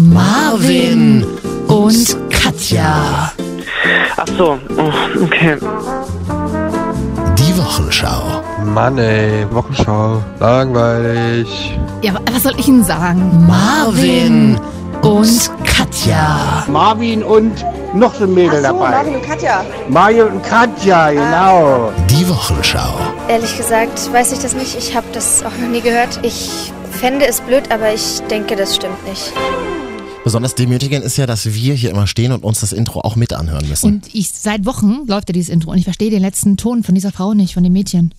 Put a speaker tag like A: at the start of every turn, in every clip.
A: Marvin und Katja.
B: Ach so, oh, okay.
A: Die Wochenschau.
C: Mann ey, Wochenschau. Langweilig.
D: Ja, wa- was soll ich Ihnen sagen?
A: Marvin und Katja.
E: Marvin und noch so ein Mädel
F: Ach so,
E: dabei.
F: Marvin und Katja. Ah.
E: Mario und Katja, genau.
A: Die Wochenschau.
G: Ehrlich gesagt weiß ich das nicht. Ich habe das auch noch nie gehört. Ich fände es blöd, aber ich denke, das stimmt nicht.
H: Besonders demütigend ist ja, dass wir hier immer stehen und uns das Intro auch mit anhören müssen.
D: Und ich seit Wochen läuft ja dieses Intro und ich verstehe den letzten Ton von dieser Frau nicht, von dem Mädchen.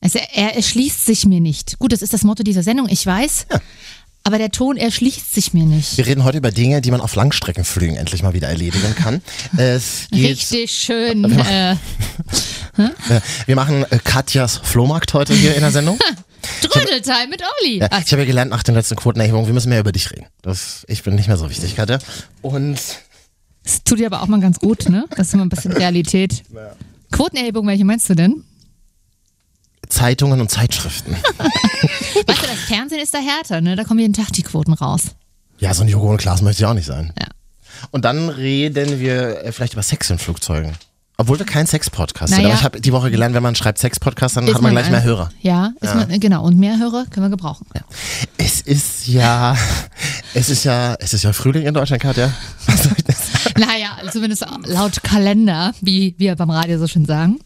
D: Es, er erschließt sich mir nicht. Gut, das ist das Motto dieser Sendung, ich weiß. Aber der Ton erschließt sich mir nicht.
H: wir reden heute über Dinge, die man auf Langstreckenflügen endlich mal wieder erledigen kann. Es geht,
D: Richtig schön. Äh,
H: Äh, wir machen äh, Katjas Flohmarkt heute hier in der Sendung.
D: Trödelteil mit Olli.
H: Ja,
D: Ach,
H: ich habe ja gelernt nach den letzten Quotenerhebungen, wir müssen mehr über dich reden. Das, ich bin nicht mehr so wichtig, Katja. Und
D: Das tut dir aber auch mal ganz gut, ne? Das ist immer ein bisschen Realität. Quotenerhebung, welche meinst du denn?
H: Zeitungen und Zeitschriften.
D: Weißt du, das Fernsehen ist da härter, ne? Da kommen jeden Tag die Quoten raus.
H: Ja, so ein Joghurt und Klaas möchte ich auch nicht sein.
D: Ja.
H: Und dann reden wir äh, vielleicht über Sex in Flugzeugen. Obwohl wir kein Sex-Podcast sind.
D: Naja.
H: Aber ich habe die Woche gelernt, wenn man schreibt Sex-Podcast, dann
D: Ist
H: hat man gleich mehr
D: ein-
H: Hörer.
D: Ja, ist Man, genau. Und mehr Hörer können wir gebrauchen.
H: Es ist ja, es ist ja, es ist ja Frühling in Deutschland, Katja. Was soll ich denn sagen?
D: Naja, zumindest laut Kalender, wie wir beim Radio so schön sagen.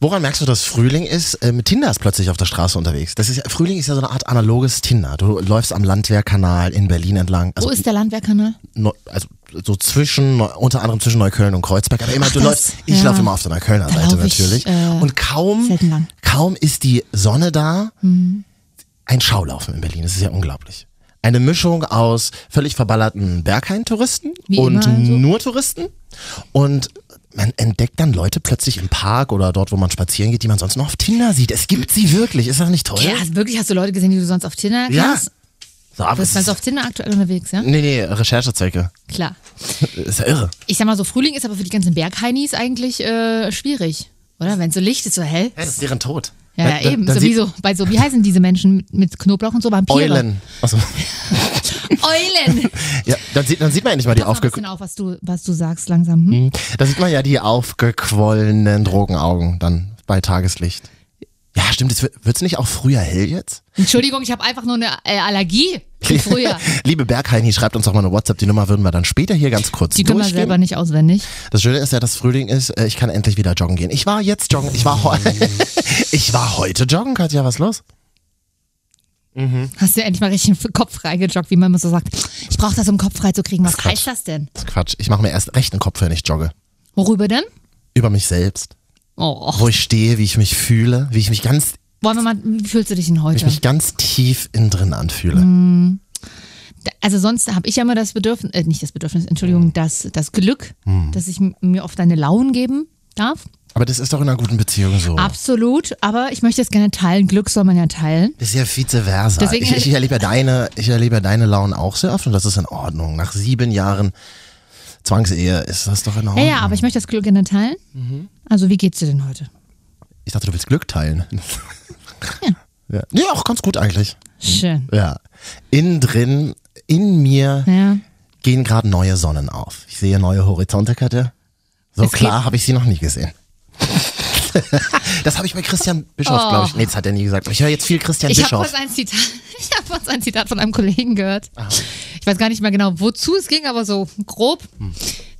H: Woran merkst du, dass Frühling ist? Ähm, Tinder ist plötzlich auf der Straße unterwegs. Das ist, ja- Frühling ist ja so eine Art analoges Tinder. Du läufst am Landwehrkanal in Berlin entlang. Also,
D: Wo ist der Landwehrkanal?
H: neu, also so zwischen, Neu- unter anderem zwischen Neukölln und Kreuzberg. Aber immer,
D: Ach,
H: du
D: das,
H: läufst, ich
D: ja.
H: laufe immer auf der Neuköllner
D: Da
H: Seite
D: lauf ich,
H: natürlich.
D: äh,
H: und kaum,
D: selten lang. Mhm.
H: kaum ist die Sonne da, ein Schaulaufen in Berlin. Das ist ja unglaublich. Eine Mischung aus völlig verballerten Berghain-Touristen
D: Wie
H: und
D: immer also.
H: nur Touristen. Und man entdeckt dann Leute plötzlich im Park oder dort, wo man spazieren geht, die man sonst noch auf Tinder sieht. Es gibt sie wirklich. Ist das nicht toll?
D: Ja, hast- wirklich hast du Leute gesehen, die du sonst auf Tinder
H: Ja.
D: kennst?
H: So, aber
D: Du bist
H: es Mhm.
D: sonst
H: ist,
D: auf Tinder aktuell unterwegs, ja?
H: nee, nee, Recherchezwecke.
D: Klar.
H: Ist ja irre.
D: Ich sag mal so, Frühling ist aber für die ganzen Bergheinis eigentlich äh, schwierig. Oder? Wenn so Licht ist, so hell.
H: Ja, das ist deren Tod.
D: Ja, ja,
H: Dann-
D: eben.
H: dann
D: So
H: sieht-
D: wie, so, bei so, wie heißen diese Menschen mit, mit Knoblauch und so? Vampire.
H: Eulen. Achso.
D: Eulen.
H: Ja, dann sieht, dann sieht man endlich mal die
D: Pass mal ein bisschen
H: aufge
D: auf, was du, was du sagst langsam. Hm?
H: da sieht man ja die aufgequollenen Drogenaugen dann bei Tageslicht. Ja, stimmt. Es wird es nicht auch früher hell jetzt?
D: Entschuldigung, ich habe einfach nur eine äh, Allergie wie früher.
H: Liebe Bergheini, schreibt uns doch mal eine WhatsApp. Die Nummer würden wir dann später hier ganz kurz
D: Die können wir selber
H: durchgehen.
D: nicht auswendig.
H: Das Schöne ist ja, dass Frühling ist. äh, Ich kann endlich wieder joggen gehen. Ich war jetzt joggen. Ich war, heu ich war heute joggen, Katja. Was los?
D: Hast du ja endlich mal richtig den Kopf freigejoggt, wie man immer so sagt. Ich brauche das, um den Kopf freizukriegen. Was
H: Quatsch.
D: heißt das denn?
H: Das ist Quatsch. Ich mache mir erst recht einen Kopf, wenn ich jogge.
D: Worüber denn?
H: Über mich selbst.
D: Oh,
H: Wo ich stehe, wie ich mich fühle, wie ich mich ganz
D: wollen wir mal, wie fühlst du dich denn
H: Wenn ich
D: heute?
H: mich ganz tief innen drin anfühle.
D: Also sonst habe ich ja immer das Bedürfnis, äh, nicht das Bedürfnis,
H: Hm.
D: Entschuldigung, das, das Glück, dass ich m- mir oft deine Launen geben darf.
H: Aber das ist doch in einer guten Beziehung so.
D: Absolut, aber ich möchte es gerne teilen. Glück soll man ja teilen.
H: Das ist ja vice versa.
D: Deswegen-
H: ich, ich, erlebe ja deine, ich erlebe ja deine Launen auch sehr oft und das ist in Ordnung. Nach sieben Jahren Zwangsehe ist das doch in
D: Ja,
H: Ordnung.
D: ja, aber ich möchte das Glück gerne teilen. Also wie geht's dir denn heute?
H: Ich dachte, du willst Glück teilen. Ja. ja, auch ganz gut eigentlich.
D: Schön.
H: Ja. Innen drin, in mir
D: Ja.
H: gehen gerade neue Sonnen auf. Ich sehe neue Horizonte, Katja. So
D: Es geht-
H: klar habe ich sie noch nie gesehen. das habe ich bei Christian Bischof,
D: Oh.
H: glaube ich. Nee, das hat er nie gesagt. Ich höre jetzt viel Christian
D: Ich habe
H: Bischof.
D: kurz ein Zitat. Ich habe kurz ein Zitat von einem Kollegen gehört. Ich weiß gar nicht mehr genau, wozu es ging, aber so grob.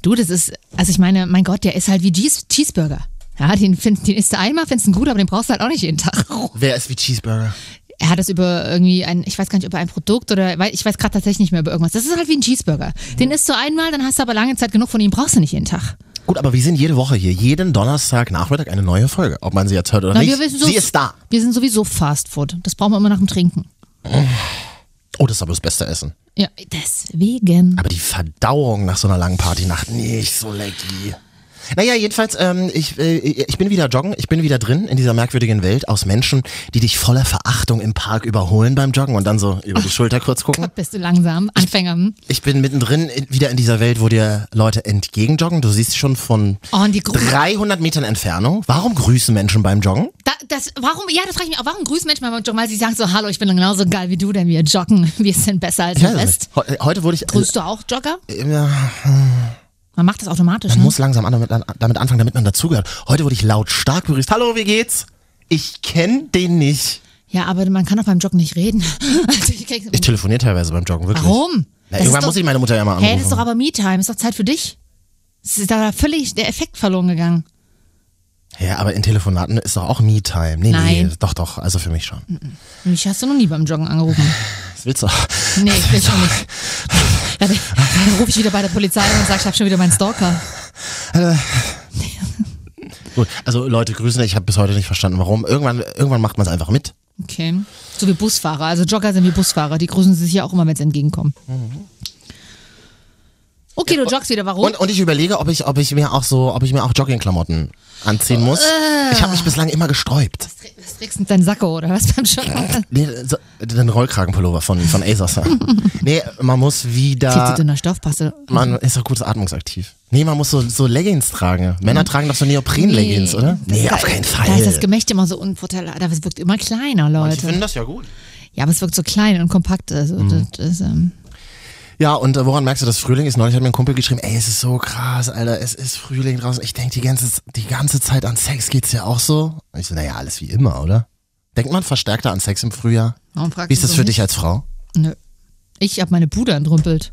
D: Du, das ist, also ich meine, mein Gott, der ist halt wie Cheese Cheeseburger. Ja, den, find, den isst du einmal, findest du ihn gut, aber den brauchst du halt auch nicht jeden Tag.
H: Wer ist wie Cheeseburger?
D: Er hat das über irgendwie ein, ich weiß gar nicht, über ein Produkt oder weil- ich weiß gerade tatsächlich nicht mehr über irgendwas. Das ist halt wie ein Cheeseburger. Den isst du einmal, dann hast du aber lange Zeit genug von ihm, brauchst du nicht jeden Tag.
H: Gut, aber wir sind jede Woche hier, jeden Donnerstag Nachmittag eine neue Folge, ob man sie jetzt hört oder
D: Na,
H: nicht.
D: wir wissen so-
H: sie ist da.
D: Wir sind sowieso Fast Food. Das brauchen wir immer nach dem Trinken.
H: Oh, das ist aber das beste Essen.
D: Ja, deswegen.
H: Aber die Verdauung nach so einer langen Partynacht nicht so lecky. Naja, jedenfalls, ähm, ich, äh, ich bin wieder joggen, ich bin wieder drin in dieser merkwürdigen Welt aus Menschen, die dich voller Verachtung im Park überholen beim Joggen und dann so über die Schulter kurz gucken.
D: Bist du langsam, Anfänger. hm?
H: Ich bin mittendrin in, wieder in dieser Welt, wo dir Leute entgegenjoggen. Du siehst schon von
D: Oh, und die Gru-
H: 300 Metern Entfernung. Warum grüßen Menschen beim Joggen?
D: Da, das, warum, ja, das frage ich mich auch, warum grüßen Menschen mal Joggen? Weil sie sagen so, hallo, ich bin genauso geil wie du, denn wir joggen. Wir sind besser als
H: Ich weiß
D: der
H: es
D: Rest.
H: nicht. Heu- Heute wurde ich.
D: Grüßt du auch Jogger?
H: Äh, ja,
D: Man macht das automatisch,
H: man
D: ne?
H: muss langsam an, damit, an, damit anfangen, damit man dazugehört. Heute wurde ich lautstark begrüßt. Hallo, wie geht's? Ich kenne den nicht.
D: Ja, aber man kann doch beim Joggen nicht reden. Also ich krieg,
H: Ich telefoniere teilweise beim Joggen, wirklich.
D: warum?
H: Na,
D: Das ist
H: irgendwann
D: doch-
H: muss ich meine Mutter ja mal
D: Hä, das ist
H: anrufen.
D: doch aber Me-Time, ist doch Zeit für dich. Es ist da völlig der Effekt verloren gegangen.
H: ja, aber in Telefonaten ist doch auch Me-Time. Nee, nee,
D: Nein. Hm.
H: doch, doch. Also für mich schon.
D: Mich hast du noch nie beim Joggen angerufen.
H: Das willst du auch.
D: Nee, ich will schon nicht. Dann, dann rufe ich wieder bei der Polizei an und sage, ich habe schon wieder meinen Stalker.
H: Gut, also Leute grüßen, ich habe bis heute nicht verstanden, warum. Irgendwann, irgendwann macht man es einfach mit.
D: Okay. So wie Busfahrer. Also Jogger sind wie Busfahrer. Die grüßen sich ja auch immer, wenn sie entgegenkommen. Okay, du joggst wieder. Warum?
H: Und, und ich überlege, ob ich, ob ich mir auch so, ob ich mir auch Joggingklamotten anziehen muss.
D: Äh.
H: Ich habe mich bislang immer gesträubt.
D: was trägst du denn? Dein Sakko oder was beim Joggen?
H: Nee, so, den Rollkragenpullover von, von ASOS. ja. nee, man muss
D: Viel zu
H: wieder.
D: dünner Stoff, passt du-
H: Man ist doch gut atmungsaktiv. Nee, man muss so, so Leggings tragen. Männer tragen doch so Neopren-Leggings,
D: Mhm. Nee.
H: oder? Nee,
D: Da-
H: auf keinen Fall.
D: Da ist das Gemächt immer so unvorteilhaft. Das wirkt immer kleiner,
H: ich
D: Leute.
H: finde das ja gut.
D: Ja, aber es wirkt so klein und kompakt. Also, das ist, ähm,
H: Ja, und äh, woran merkst du, dass Frühling ist? Neulich hat mir ein Kumpel geschrieben, ey, es ist so krass, Alter, es ist Frühling draußen. Ich denk die ganze, die ganze Zeit an Sex, geht's ja auch so? Und ich so, naja, alles wie immer, oder? Denkt man verstärkter an Sex im Frühjahr?
D: warum fragst
H: Wie ist
D: du
H: das
D: so
H: für
D: nicht?
H: dich als Frau?
D: Nö. Ich habe meine Bude entrümpelt.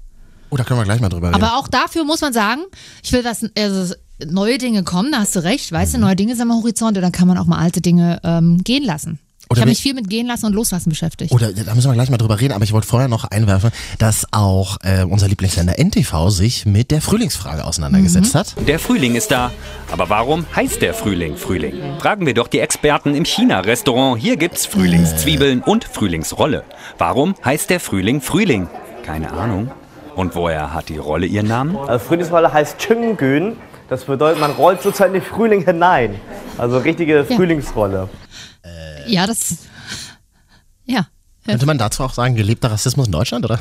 H: Oh, da können wir gleich mal drüber reden.
D: Aber auch dafür muss man sagen, ich will, dass also, neue Dinge kommen, da hast du recht, weißt du,
H: Mhm.
D: neue Dinge sind am Horizont und dann kann man auch mal alte Dinge ähm, gehen lassen.
H: Oder
D: ich habe
H: wie-
D: mich viel mit gehen lassen und loslassen beschäftigt.
H: Oder da müssen wir gleich mal drüber reden, aber ich wollte vorher noch einwerfen, dass auch äh, unser Lieblingssender NTV sich mit der Frühlingsfrage
D: Mhm.
H: auseinandergesetzt hat.
F: Der Frühling ist da. Aber warum heißt der Frühling Frühling? Fragen wir doch die Experten im China-Restaurant. Hier gibt's Frühlingszwiebeln und Frühlingsrolle. Warum heißt der Frühling Frühling? Keine Ahnung. Und woher hat die Rolle ihren Namen?
I: Also Frühlingsrolle heißt Chünggün. Das bedeutet, man rollt sozusagen den Frühling hinein. Also richtige Frühlingsrolle.
D: ja, das. Ja.
H: Könnte man dazu auch sagen, gelebter Rassismus in Deutschland, oder?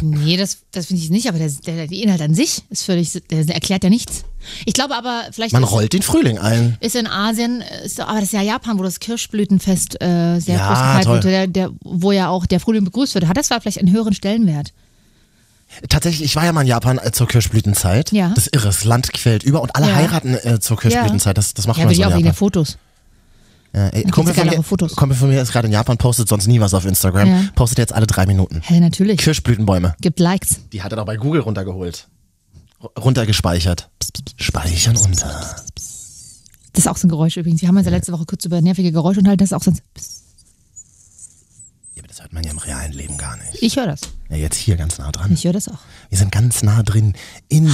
D: Nee, das, das finde ich nicht, aber der, der, der Inhalt an sich ist völlig, der, der erklärt ja nichts. Ich glaube aber, vielleicht
H: Man
D: ist,
H: rollt den Frühling ein.
D: ist in Asien, äh, ist, aber das ist ja Japan, wo das Kirschblütenfest äh, sehr
H: Ja,
D: groß gehalten wird,
H: toll.
D: der, der, wo ja auch der Frühling begrüßt wird. Hat das zwar vielleicht einen höheren Stellenwert?
H: Tatsächlich, ich war ja mal in Japan äh, zur Kirschblütenzeit.
D: Ja.
H: Das ist irre, das Land quillt über und alle
D: Ja.
H: heiraten äh, zur Kirschblütenzeit. Das, das macht
D: Ja,
H: man
D: würde
H: so
D: ich auch
H: in
D: wegen der
H: Japan.
D: Fotos.
H: Ja, ey,
D: gibt's
H: Kumpel, von
D: geilere
H: mir,
D: Fotos.
H: Kumpel von mir ist gerade in Japan, postet sonst nie was auf Instagram.
D: Ja.
H: Postet jetzt alle drei Minuten.
D: Hä, natürlich.
H: Kirschblütenbäume.
D: Gibt Likes.
H: Die hat er doch bei Google runtergeholt. R- Runtergespeichert. Speichern unter.
D: Das ist auch so ein Geräusch übrigens. Wir haben uns ja letzte Woche kurz über nervige Geräusche unterhalten. Das ist auch sonst.
H: Ja, aber das hört man ja im realen Leben gar nicht.
D: Ich höre das.
H: Ja, jetzt hier ganz nah dran.
D: Ich höre das auch.
H: Wir sind ganz nah drin in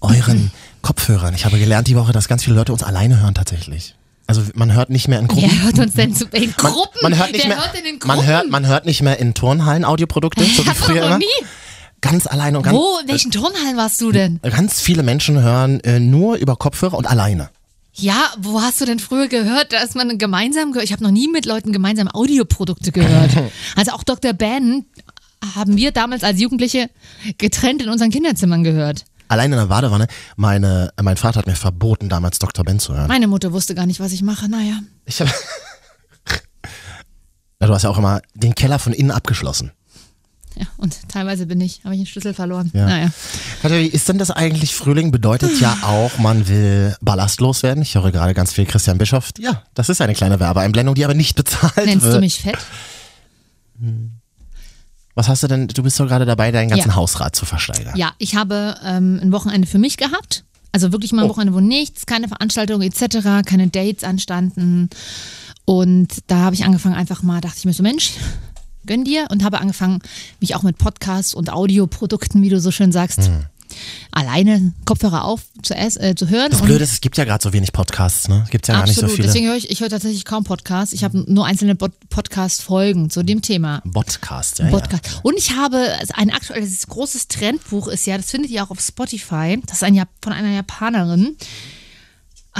H: euren Kopfhörern. Ich habe gelernt die Woche, dass ganz viele Leute uns alleine hören tatsächlich. Also man hört nicht mehr in Gruppen.
D: Wer hört uns denn zu, in Gruppen?
H: Man hört nicht
D: Wer
H: mehr,
D: hört denn in Gruppen?
H: man hört, man hört nicht mehr in Turnhallen Audioprodukte, so wie
D: Hast du
H: früher
D: doch
H: immer.
D: noch nie.
H: Ganz alleine und ganz,
D: Wo? In welchen Turnhallen warst du denn?
H: ganz viele Menschen hören äh, nur über Kopfhörer und alleine.
D: Ja, wo hast du denn früher gehört, dass man gemeinsam gehört? Ich habe noch nie mit Leuten gemeinsam Audioprodukte gehört. Also auch Dr. Ben haben wir damals als Jugendliche getrennt in unseren Kinderzimmern gehört.
H: Alleine in der Badewanne. Meine, äh, mein Vater hat mir verboten, damals Dr. Ben zu hören.
D: Meine Mutter wusste gar nicht, was ich mache. Naja.
H: Ich hab, ja, du hast ja auch immer den Keller von innen abgeschlossen.
D: Ja, und teilweise bin ich, habe ich den Schlüssel verloren.
H: Ja.
D: Naja.
H: Katja, wie ist denn das eigentlich? Frühling bedeutet ja auch, man will ballastlos werden. Ich höre gerade ganz viel Christian Bischoff. Ja, das ist eine kleine Werbeeinblendung, die aber nicht bezahlt
D: Nennst
H: wird.
D: du mich fett?
H: Was hast du denn? Du bist doch gerade dabei, deinen ganzen
D: Ja.
H: Hausrat zu versteigern.
D: Ja, ich habe ähm, ein Wochenende für mich gehabt. Also wirklich
H: Oh.
D: mal ein Wochenende, wo nichts, keine Veranstaltungen etc., keine Dates anstanden. Und da habe ich angefangen, einfach mal, dachte ich mir so, Mensch, gönn dir. Und habe angefangen, mich auch mit Podcasts und Audioprodukten, wie du so schön sagst,
H: Hm.
D: alleine Kopfhörer auf zu, ess, äh, zu hören.
H: Das
D: und
H: Blöde ist, es gibt ja gerade so wenig Podcasts, ne? Es gibt ja
D: Absolut,
H: gar nicht so viele
D: deswegen höre ich, ich höre tatsächlich kaum Podcasts. Ich habe nur einzelne Bot- Podcast-Folgen zu dem Thema.
H: Podcasts. Ja,
D: Podcast. Und ich habe ein aktuelles großes Trendbuch ist ja, das findet ihr auch auf Spotify. Das ist ein Jap von einer Japanerin.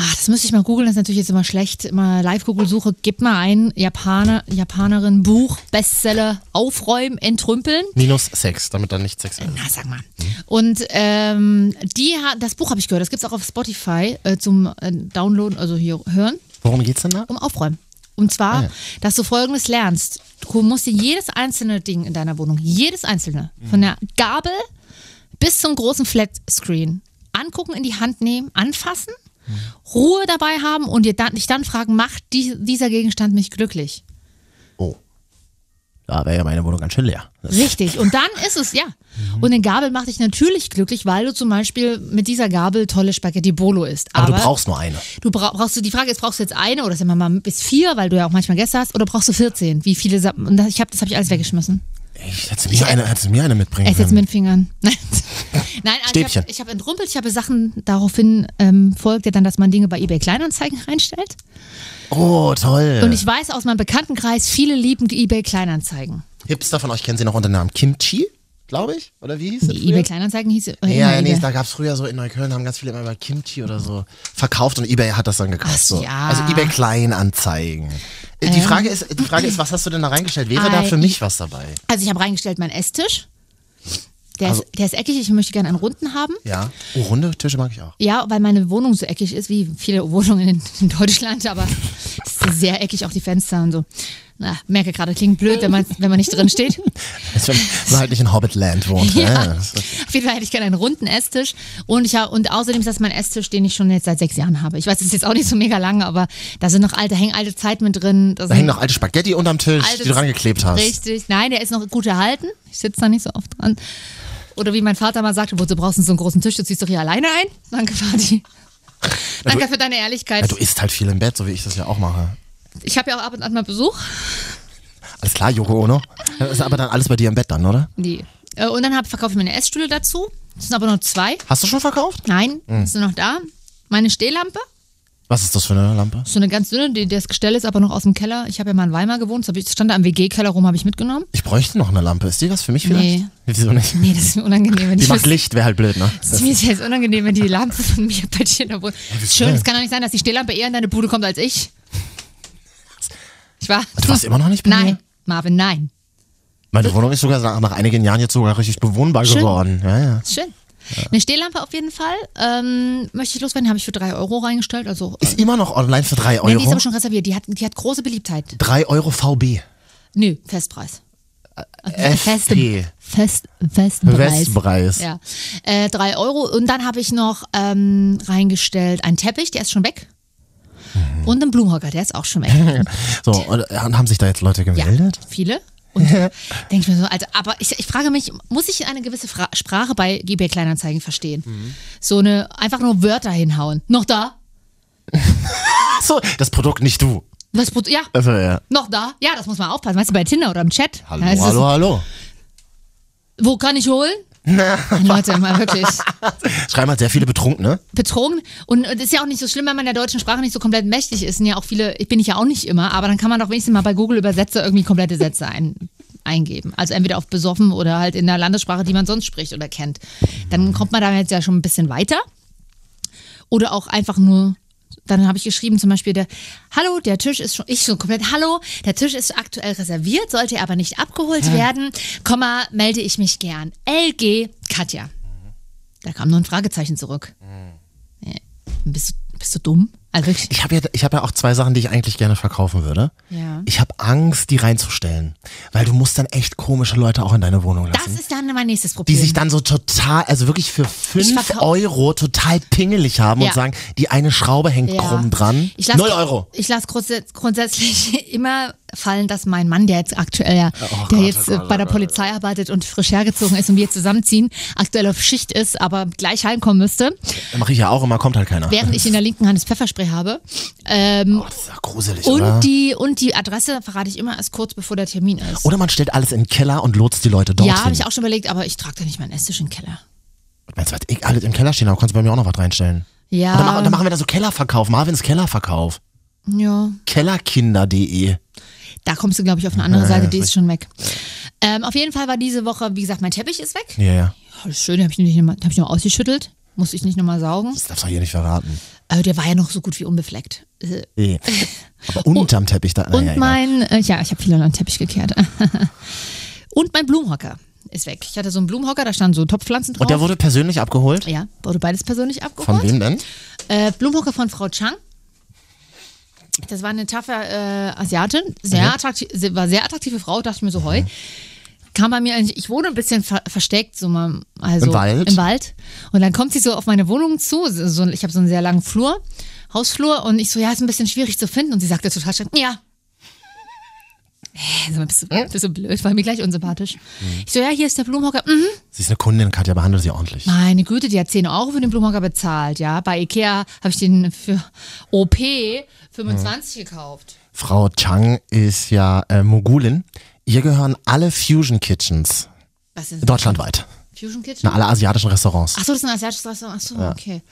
D: Ach, das müsste ich mal googeln, das ist natürlich jetzt immer schlecht. Immer Live-Google-Suche, gib mal ein Japaner, Japanerin, Buch, Bestseller, aufräumen, entrümpeln.
H: Ja. Minus Sex, damit dann nicht Sex
D: Na, sag mal. Und ähm, die hat, das Buch habe ich gehört, das gibt es auch auf Spotify äh, zum äh, Downloaden, also hier hören.
H: Wo Worum geht's denn da?
D: um Aufräumen. Und
H: Ah
D: zwar, dass du Folgendes lernst. Du musst dir jedes einzelne Ding in deiner Wohnung, jedes einzelne, von der Gabel bis zum großen Flatscreen angucken, in die Hand nehmen, anfassen, Ruhe dabei haben und dir dann, dich dann fragen, macht die, dieser Gegenstand mich glücklich?
H: Oh. Da wäre ja meine Wohnung ganz schön leer.
D: Richtig. Und dann ist es, ja. Und eine Gabel macht dich natürlich glücklich, weil du zum Beispiel mit dieser Gabel tolle Spaghetti Bolo isst.
H: Aber, du brauchst nur eine.
D: Du brauch, brauchst du die Frage ist, brauchst du jetzt eine oder sagen wir mal bis vier, weil du ja auch manchmal Gäste hast, oder brauchst du 14? Wie viele Sa und das, ich habe das habe ich alles weggeschmissen.
H: Ich hätte mir eine, hätte mir eine mitbringen
D: Ess jetzt
H: können.
D: mit den Fingern. Nein, Nein also ich
H: Stäbchen.
D: habe ich hab entrumpelt, ich habe Sachen daraufhin ähm, folgt ja dann, dass man Dinge bei eBay Kleinanzeigen reinstellt.
H: oh, toll.
D: Und ich weiß aus meinem Bekanntenkreis, viele lieben eBay Kleinanzeigen.
H: Hipster von euch kennen sie noch unter dem Namen Kimchi, glaube ich. Oder wie hieß es?
D: eBay Kleinanzeigen hieß äh,
H: Ja,
D: immer
H: ja, nee,
D: eBay.
H: da gab es früher so in Neukölln, haben ganz viele immer über Kimchi oder so verkauft und Ebay hat das dann gekauft.
D: Ach,
H: so.
D: ja. Ähm.
H: Also Ebay Kleinanzeigen. Äh, Die Frage, ist, die Frage ist, was hast du denn da reingestellt? Wäre da
D: Ei.
H: für mich was dabei?
D: Also ich habe reingestellt meinen Esstisch. Der,
H: Also-
D: ist, der ist eckig, ich möchte gerne einen runden haben.
H: Ja. Oh, runde Tische mag ich auch.
D: Ja, weil meine Wohnung so eckig ist, wie viele Wohnungen in, in Deutschland, aber es ist sehr eckig, auch die Fenster und so. Na, merke gerade, klingt blöd, wenn man, wenn man nicht drin steht.
H: Als wenn man halt nicht in Hobbitland wohnt.
D: Ja.
H: Ja.
D: Auf jeden Fall hätte ich gerne einen runden Esstisch. Und, ich hab, und außerdem ist das mein Esstisch, den ich schon jetzt seit sechs Jahren habe. Ich weiß, das ist jetzt auch nicht so mega lange, aber da sind noch alte, hängen alte Zeiten mit drin.
H: Da hängen noch alte Spaghetti unterm Tisch, die du rangeklebt hast.
D: Richtig. Nein, der ist noch gut erhalten. Ich sitze da nicht so oft dran. Oder wie mein Vater mal sagte, wozu brauchst du so einen großen Tisch? Du ziehst doch hier alleine ein. Danke, Vati. Danke für deine
H: Ja,
D: Ehrlichkeit.
H: du isst halt viel im Bett, so wie ich das ja auch mache.
D: Ich habe ja auch ab und an mal Besuch.
H: Alles klar, Joko Ono. Das ist aber dann alles bei dir im Bett dann, oder?
D: Nee. Äh, Und dann hab- verkaufe ich meine Essstühle dazu. Es sind aber nur zwei.
H: Hast du schon verkauft?
D: Nein,
H: Hm.
D: sind noch da. Meine Stehlampe.
H: Was ist das für eine Lampe?
D: So eine ganz dünne, die, das Gestell ist aber noch aus dem Keller. Ich habe ja mal in Weimar gewohnt, das hab ich, stand da im WG-Keller rum, habe ich mitgenommen.
H: Ich bräuchte noch eine Lampe. Ist die was für mich vielleicht?
D: Nee.
H: Wieso nicht?
D: Nee, das ist mir unangenehm, wenn
H: Die
D: ich
H: macht
D: das,
H: Licht, wäre halt blöd, ne?
D: das ist mir sehr sehr unangenehm, wenn die Lampe von mir bei dir in der Wohnung. Schön,
H: denn?
D: es kann doch nicht sein, dass die Stehlampe eher in deine Bude kommt als ich. Ich war.
H: Du Also warst immer noch nicht bei
D: Nein,
H: mir?
D: Marvin, nein.
H: Meine Wohnung ist sogar nach, nach einigen Jahren jetzt sogar richtig bewohnbar
D: Schön.
H: geworden. Ja, ja.
D: Ist schön. Eine Stehlampe auf jeden Fall. Ähm, möchte ich loswerden, habe ich für drei Euro reingestellt. Also, äh,
H: Ist immer noch online für 3
D: nee, die ist
H: Euro.
D: aber schon reserviert. Die hat, die hat große Beliebtheit.
H: 3 Euro VB.
D: Nö, Festpreis.
H: Äh,
D: Äh,
H: FP.
D: Fest, festen Preis.
H: Westpreis.
D: Ja, äh, drei Euro. Und dann habe ich noch ähm, reingestellt einen Teppich, der ist schon weg.
H: Mhm.
D: Und einen Blumenhocker, der ist auch schon weg.
H: So, und äh, haben sich da jetzt Leute
D: ja,
H: gemeldet?
D: viele. Und denke ich mir so, also, aber ich, ich frage mich, muss ich eine gewisse Fra Sprache bei eBay Kleinanzeigen verstehen?
H: Mhm.
D: So eine, einfach nur Wörter hinhauen. Noch da?
H: Ach So, das Produkt nicht du.
D: Was, brut- ja,
H: Also, ja.
D: noch da? Ja, das muss man aufpassen. Weißt du, bei Tinder oder im Chat?
H: Hallo,
D: Da ist es,
H: hallo, hallo.
D: Wo kann ich holen? Leute, mal wirklich.
H: Schreiben halt sehr viele Betrunkene.
D: betrogen. Und es ist ja auch nicht so schlimm, wenn man der deutschen Sprache nicht so komplett mächtig ist. Sind ja auch viele, ich bin ich ja auch nicht immer, aber dann kann man doch wenigstens mal bei Google Übersetzer irgendwie komplette Sätze ein, eingeben. Also entweder auf besoffen oder halt in der Landessprache, die man sonst spricht oder kennt. Dann kommt man da jetzt ja schon ein bisschen weiter. Oder auch einfach nur. Dann habe ich geschrieben, zum Beispiel, der, hallo, der Tisch ist schon, ich schon komplett, hallo, der Tisch ist aktuell reserviert, sollte er aber nicht abgeholt
H: Ah.
D: werden, Komma, melde ich mich gern. LG Katja. Da kam nur ein Fragezeichen zurück. Äh, Bist, du- bist du dumm? Also wirklich,
H: Mhm. Ich habe ja, ich hab ja auch zwei Sachen, die ich eigentlich gerne verkaufen würde.
D: Ja.
H: Ich habe Angst, die reinzustellen. Weil du musst dann echt komische Leute auch in deine Wohnung lassen.
D: das ist dann mein nächstes
H: die
D: Problem.
H: sich dann so total, also wirklich für 5
D: verkau-
H: Euro total pingelig haben
D: Ja.
H: und sagen, die eine Schraube hängt
D: Ja.
H: krumm dran.
D: Ich lasse-
H: Null Euro.
D: Ich lasse grundsätz grundsätzlich immer fallen, dass mein Mann, der jetzt aktuell ja,
H: oh
D: der jetzt äh, bei der Polizei arbeitet und frisch hergezogen ist und wir zusammenziehen, aktuell auf Schicht ist, aber gleich heimkommen müsste,
H: Mache ich ja auch immer, kommt halt keiner.
D: während ich in der linken Hand das Pfefferspray habe. Ähm,
H: oh, das ist ja gruselig, oder?
D: und, die, und die Adresse verrate ich immer erst kurz bevor der Termin ist.
H: Oder man stellt alles in den Keller und lotst die Leute dort
D: ja, habe
H: hin.
D: ich auch schon überlegt, aber ich trage da nicht meinen Esstisch in den Keller.
H: Meinst du, was ich alles im Keller stehen habe, kannst du bei mir auch noch was reinstellen.
D: Ja.
H: Und dann, machen, dann machen wir da so Kellerverkauf, Marvins Kellerverkauf.
D: Ja.
H: Kellerkinder.de.
D: Da kommst du, glaube ich, auf eine andere Seite, die ist schon weg. Ähm, auf jeden Fall war diese Woche, wie gesagt, mein Teppich ist weg.
H: Ja, ja.
D: Oh, schön, den habe ich, nicht noch mal- den hab ich noch ausgeschüttelt. Musste ich nicht nochmal saugen.
H: Das darfst du hier nicht verraten.
D: Aber der war ja noch so gut wie unbefleckt. Äh,
H: Nee. Aber unterm Teppich da.
D: Und
H: naja, egal.
D: mein, äh, ja, ich habe viel an den Teppich gekehrt. Und mein Blumenhocker ist weg. Ich hatte so einen Blumenhocker, da standen so Topfpflanzen drauf.
H: und der wurde persönlich abgeholt?
D: ja, wurde beides persönlich abgeholt.
H: Von wem denn?
D: Äh, Blumenhocker von Frau Chang. Das war eine taffe äh, Asiatin,
H: Mhm.
D: sehr attraktiv, sie war sehr attraktive Frau, dachte ich mir so, heu. Kam bei mir eigentlich, ich wohne ein bisschen ver versteckt, so mal, also
H: Im Wald?
D: im Wald. Und dann kommt sie so auf meine Wohnung zu, so, ich habe so einen sehr langen Flur, Hausflur, und ich so, ja, ist ein bisschen schwierig zu finden. Und sie sagte total schnell, ja. Hä, sag mal, bist, du,
H: Hm?
D: bist du blöd, war mir gleich unsympathisch. Ich so, ja, hier ist der Blumenhocker. Mhm.
H: Sie ist eine Kundin, Katja, behandle sie ordentlich.
D: Meine Güte, die hat 10 Euro für den Blumenhocker bezahlt, ja. Bei Ikea habe ich den für OP 25 gekauft.
H: Frau Chang ist ja äh, Mogulin. Ihr gehören alle Fusion Kitchens
D: Was ist
H: deutschlandweit.
D: Fusion Kitchen?
H: Na, alle asiatischen Restaurants.
D: Achso, das ist ein asiatisches Restaurant. Achso, okay.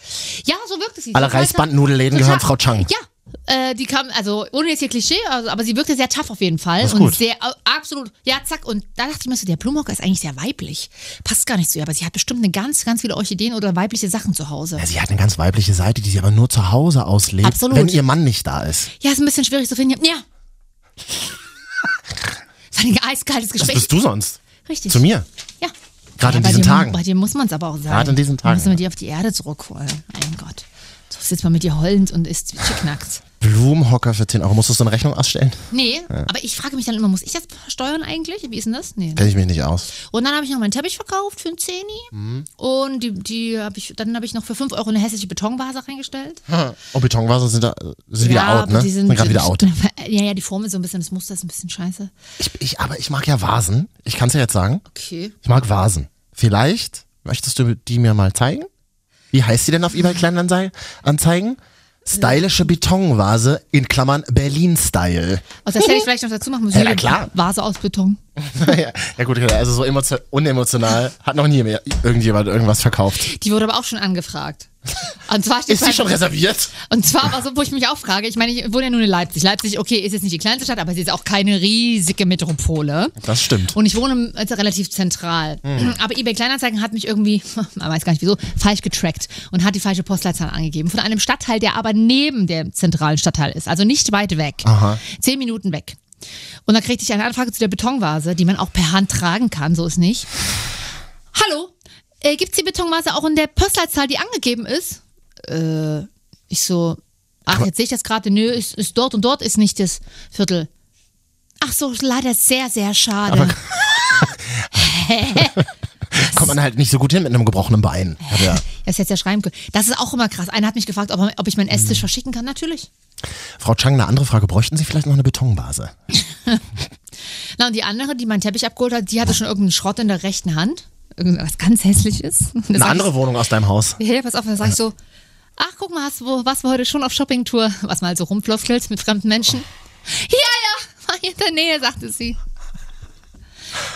D: Ja, so wirkt es. sie.
H: alle
D: Total-
H: Reisbandnudelläden
D: total-
H: gehören Frau Chang.
D: Ja. Äh, die kam, also ohne jetzt hier Klischee, also, aber sie wirkte sehr tough auf jeden Fall.
H: Das ist
D: und
H: gut.
D: sehr, äh, absolut, ja, zack. Und da dachte ich mir so, der Blumenhocker ist eigentlich sehr weiblich. Passt gar nicht zu ihr, aber sie hat bestimmt eine ganz, ganz viele Orchideen oder weibliche Sachen zu Hause.
H: Ja, sie hat eine ganz weibliche Seite, die sie aber nur zu Hause auslebt,
D: Absolut.
H: wenn ihr Mann nicht da ist.
D: Ja, ist ein bisschen schwierig zu finden. Ja. Das war ein eiskaltes
H: Was
D: Gespräch.
H: bist du sonst?
D: Richtig.
H: Zu mir.
D: Ja.
H: Gerade in
D: bei
H: diesen
D: dir,
H: Tagen.
D: Bei dir muss man es aber auch sagen.
H: Gerade in diesen Tagen,
D: Müssen wir
H: ja.
D: die auf die Erde zurückholen. Mein Gott. Du sitzt mal mit dir heulend und isst Chicknacks.
H: Blumenhocker für 10 Euro. Musstest du eine Rechnung ausstellen?
D: Nee, aber ich frage mich dann immer, muss ich das steuern eigentlich? Wie ist denn das? Nee.
H: Kenne ich mich nicht aus.
D: Und dann habe ich noch meinen Teppich verkauft für einen Zehni.
H: Mhm.
D: Und die, die habe ich, dann habe ich noch für 5 Euro eine hässliche Betonvase reingestellt.
H: Oh, Betonvasen sind, da, sind wieder out, ne?
D: aber die sind,
H: gerade wieder out.
D: Ja, ja, die Form ist so ein bisschen, das Muster ist ein bisschen scheiße.
H: Ich, ich, aber ich mag ja Vasen. Ich kann es ja jetzt sagen.
D: Okay.
H: Ich mag Vasen. Vielleicht möchtest du die mir mal zeigen? Wie heißt die denn auf eBay Kleinanzeigen? Stylische Betonvase in Klammern Berlin-Style.
D: Also das hätte ich vielleicht noch dazu machen müssen.
H: Mhm. Ja, na klar.
D: Vase aus Beton.
H: ja, ja gut, also so emotio- unemotional hat noch nie mehr irgendjemand irgendwas verkauft.
D: Die wurde aber auch schon angefragt. Und zwar steht
H: Ist die
D: bei-
H: schon reserviert?
D: Und zwar aber so, wo ich mich auch frage, ich meine, ich wohne ja nun in Leipzig. Leipzig, okay, ist jetzt nicht die kleinste Stadt, aber sie ist auch keine riesige Metropole.
H: Das stimmt.
D: Und ich wohne also relativ zentral. Aber eBay Kleinanzeigen hat mich irgendwie, man weiß gar nicht wieso, falsch getrackt und hat die falsche Postleitzahl angegeben. Von einem Stadtteil, der aber neben dem zentralen Stadtteil ist. Also nicht weit weg. Zehn Minuten weg. Und dann kriegte ich eine Anfrage zu der Betonvase, die man auch per Hand tragen kann, so ist nicht. Hallo, äh, gibt's die Betonvase auch in der Postleitzahl, die angegeben ist? Äh, ich so, ach, jetzt sehe ich das gerade, nö, ist, ist dort und dort ist nicht das Viertel. Ach so, ist leider sehr, sehr schade.
H: Kommt man halt nicht so gut hin mit einem gebrochenen Bein. Aber ja.
D: Das hätte ja schreiben können. Das ist auch immer krass. Einer hat mich gefragt, ob, ob ich meinen
H: Mhm.
D: Esstisch verschicken kann. Natürlich.
H: Frau Chang, eine andere Frage. Bräuchten Sie vielleicht noch eine Betonvase?
D: Na, und die andere, die meinen Teppich abgeholt hat, die hatte schon irgendeinen Schrott in der rechten Hand. Irgendwas ganz hässliches. Das
H: Eine
D: sag
H: andere Wohnung aus deinem Haus.
D: Ich, hey, pass auf, dann sag ich so, ach, guck mal, hast, wo, warst du heute schon auf Shoppingtour? Was mal so rumfloftelt mit fremden Menschen?
H: Oh.
D: Ja, ja, war hier in der Nähe, sagte sie.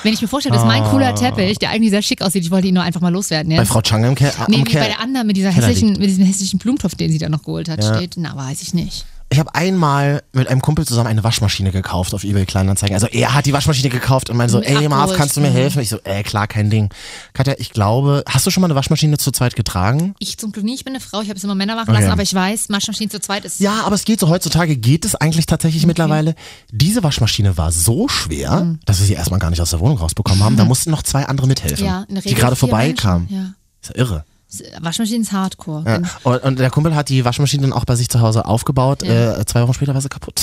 D: Wenn ich mir vorstelle, das ist mein cooler Teppich, der eigentlich sehr schick aussieht, ich wollte ihn nur einfach mal loswerden. Ja?
H: Oh. Bei Frau Chang im Ke am
D: nee, wie
H: Ke-
D: bei der anderen mit, dieser
H: Keller
D: hässlichen, mit diesem hässlichen Blumentopf, den sie da noch geholt hat, steht. Na, weiß ich nicht.
H: Ich habe einmal mit einem Kumpel zusammen eine Waschmaschine gekauft auf eBay Kleinanzeigen. Also er hat die Waschmaschine gekauft und meinte so, ey Marv,
D: Abgeholt.
H: kannst du mir helfen? Ich so, ey klar, kein Ding. Katja, ich glaube, hast du schon mal eine Waschmaschine zu zweit getragen?
D: Ich zum Glück nicht, ich bin eine Frau, ich habe es immer Männer machen
H: Okay.
D: lassen, aber ich weiß, Waschmaschinen zu zweit ist.
H: Ja, aber es geht so. Heutzutage geht es eigentlich
D: Mhm.
H: tatsächlich mittlerweile. Diese Waschmaschine war so schwer, dass wir sie erstmal gar nicht aus der Wohnung rausbekommen haben. Da mussten noch zwei andere mithelfen,
D: Mhm. Ja, in der
H: die
D: Regel
H: gerade
D: vier
H: vorbeikamen.
D: Menschen, Mhm.
H: Ist ja irre.
D: ja. Waschmaschinen ist Hardcore. Genau.
H: Ja. Und, und der Kumpel hat die Waschmaschine dann auch bei sich zu Hause aufgebaut. Äh, zwei Wochen später war sie kaputt.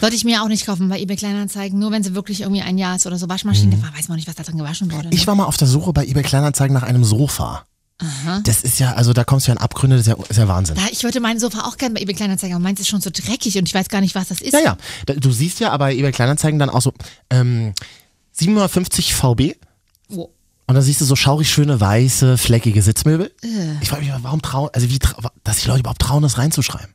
D: Sollte ich mir auch nicht kaufen bei eBay Kleinanzeigen, nur wenn sie wirklich irgendwie ein Jahr ist oder so. Waschmaschine, da weiß man nicht, was da drin gewaschen wurde. ne?
H: Mhm. Ich war mal auf der Suche bei eBay Kleinanzeigen nach einem Sofa. Das ist ja, also da kommst du ja in Abgründe, das ist ja, ist ja Wahnsinn.
D: da, ich würde mein Sofa auch gerne bei eBay Kleinanzeigen, aber meins ist schon so dreckig und ich weiß gar nicht, was das ist.
H: Ja, ja. Da- Du siehst ja aber bei eBay Kleinanzeigen dann auch so ähm, 750 VB
D: Oh.
H: und da siehst du so schaurig schöne, weiße, fleckige Sitzmöbel.
D: Äh.
H: Ich frage mich, mal, warum trauen, also wie, trau- dass sich Leute überhaupt trauen, das reinzuschreiben.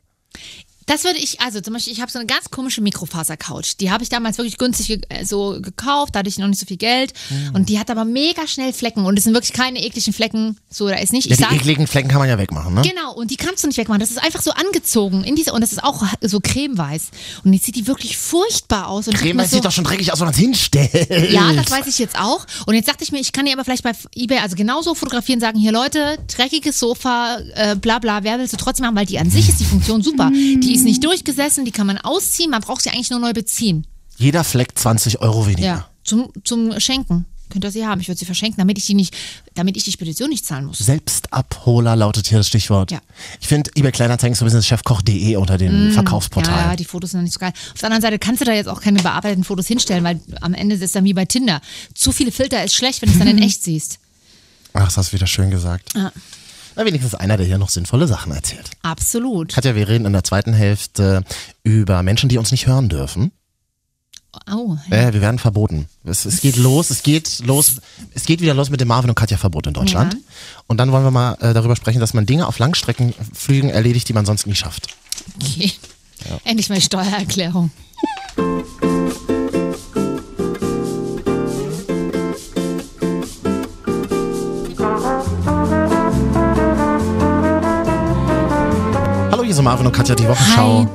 D: Das würde ich, also zum Beispiel, ich habe so eine ganz komische Mikrofaser-Couch. Die habe ich damals wirklich günstig ge äh, so gekauft, da hatte ich noch nicht so viel Geld.
H: Ah.
D: Und die hat aber mega schnell Flecken und es sind wirklich keine ekligen Flecken. So, da ist nicht.
H: Ja,
D: Ich
H: die
D: sag,
H: ekligen Flecken kann man ja wegmachen, ne?
D: Genau, und die kannst du nicht wegmachen. Das ist einfach so angezogen in diese, und das ist auch so cremeweiß. Und jetzt sieht die wirklich furchtbar aus. Und ich dachte
H: Creme,
D: mir
H: das
D: Genau, so,
H: sieht doch schon dreckig aus, wenn man es hinstellt.
D: Ja, das weiß ich jetzt auch. Und jetzt dachte ich mir, ich kann die aber vielleicht bei eBay also genauso fotografieren, sagen, hier Leute, dreckiges Sofa, äh, bla bla, wer willst du trotzdem haben, weil die an sich ist die Funktion super. Die ist nicht durchgesessen, die kann man ausziehen, man braucht sie eigentlich nur neu beziehen.
H: Jeder Fleck 20 Euro weniger.
D: Ja, zum, zum Schenken. Könnt ihr sie haben? Ich würde sie verschenken, damit ich die nicht, damit ich die Spedition nicht zahlen muss.
H: Selbstabholer lautet hier das Stichwort.
D: Ja. Mm,
H: Ich finde eBay Kleinanzeigen ist so ein bisschen das Chefkoch.de unter den Verkaufsportalen.
D: Ja, die Fotos sind noch nicht so geil. Auf der anderen Seite kannst du da jetzt auch keine bearbeiteten Fotos hinstellen, weil am Ende ist es dann wie bei Tinder. Zu viele Filter ist schlecht, wenn du es dann in echt siehst.
H: Ach, das hast du wieder schön gesagt.
D: Ja.
H: Na, wenigstens einer, der hier noch sinnvolle Sachen erzählt.
D: Absolut.
H: Katja, wir reden in der zweiten Hälfte über Menschen, die uns nicht hören dürfen.
D: Oh,
H: Äh, wir werden verboten. Es, es geht los, es geht los, es geht wieder los mit dem Marvin und Katja Verbot in Deutschland.
D: Ja.
H: Und dann wollen wir mal äh, darüber sprechen, dass man Dinge auf Langstreckenflügen erledigt, die man sonst nie schafft.
D: okay. Endlich mal Steuererklärung.
H: Hallo, hier sind Marvin und Katja, die Wochenschau.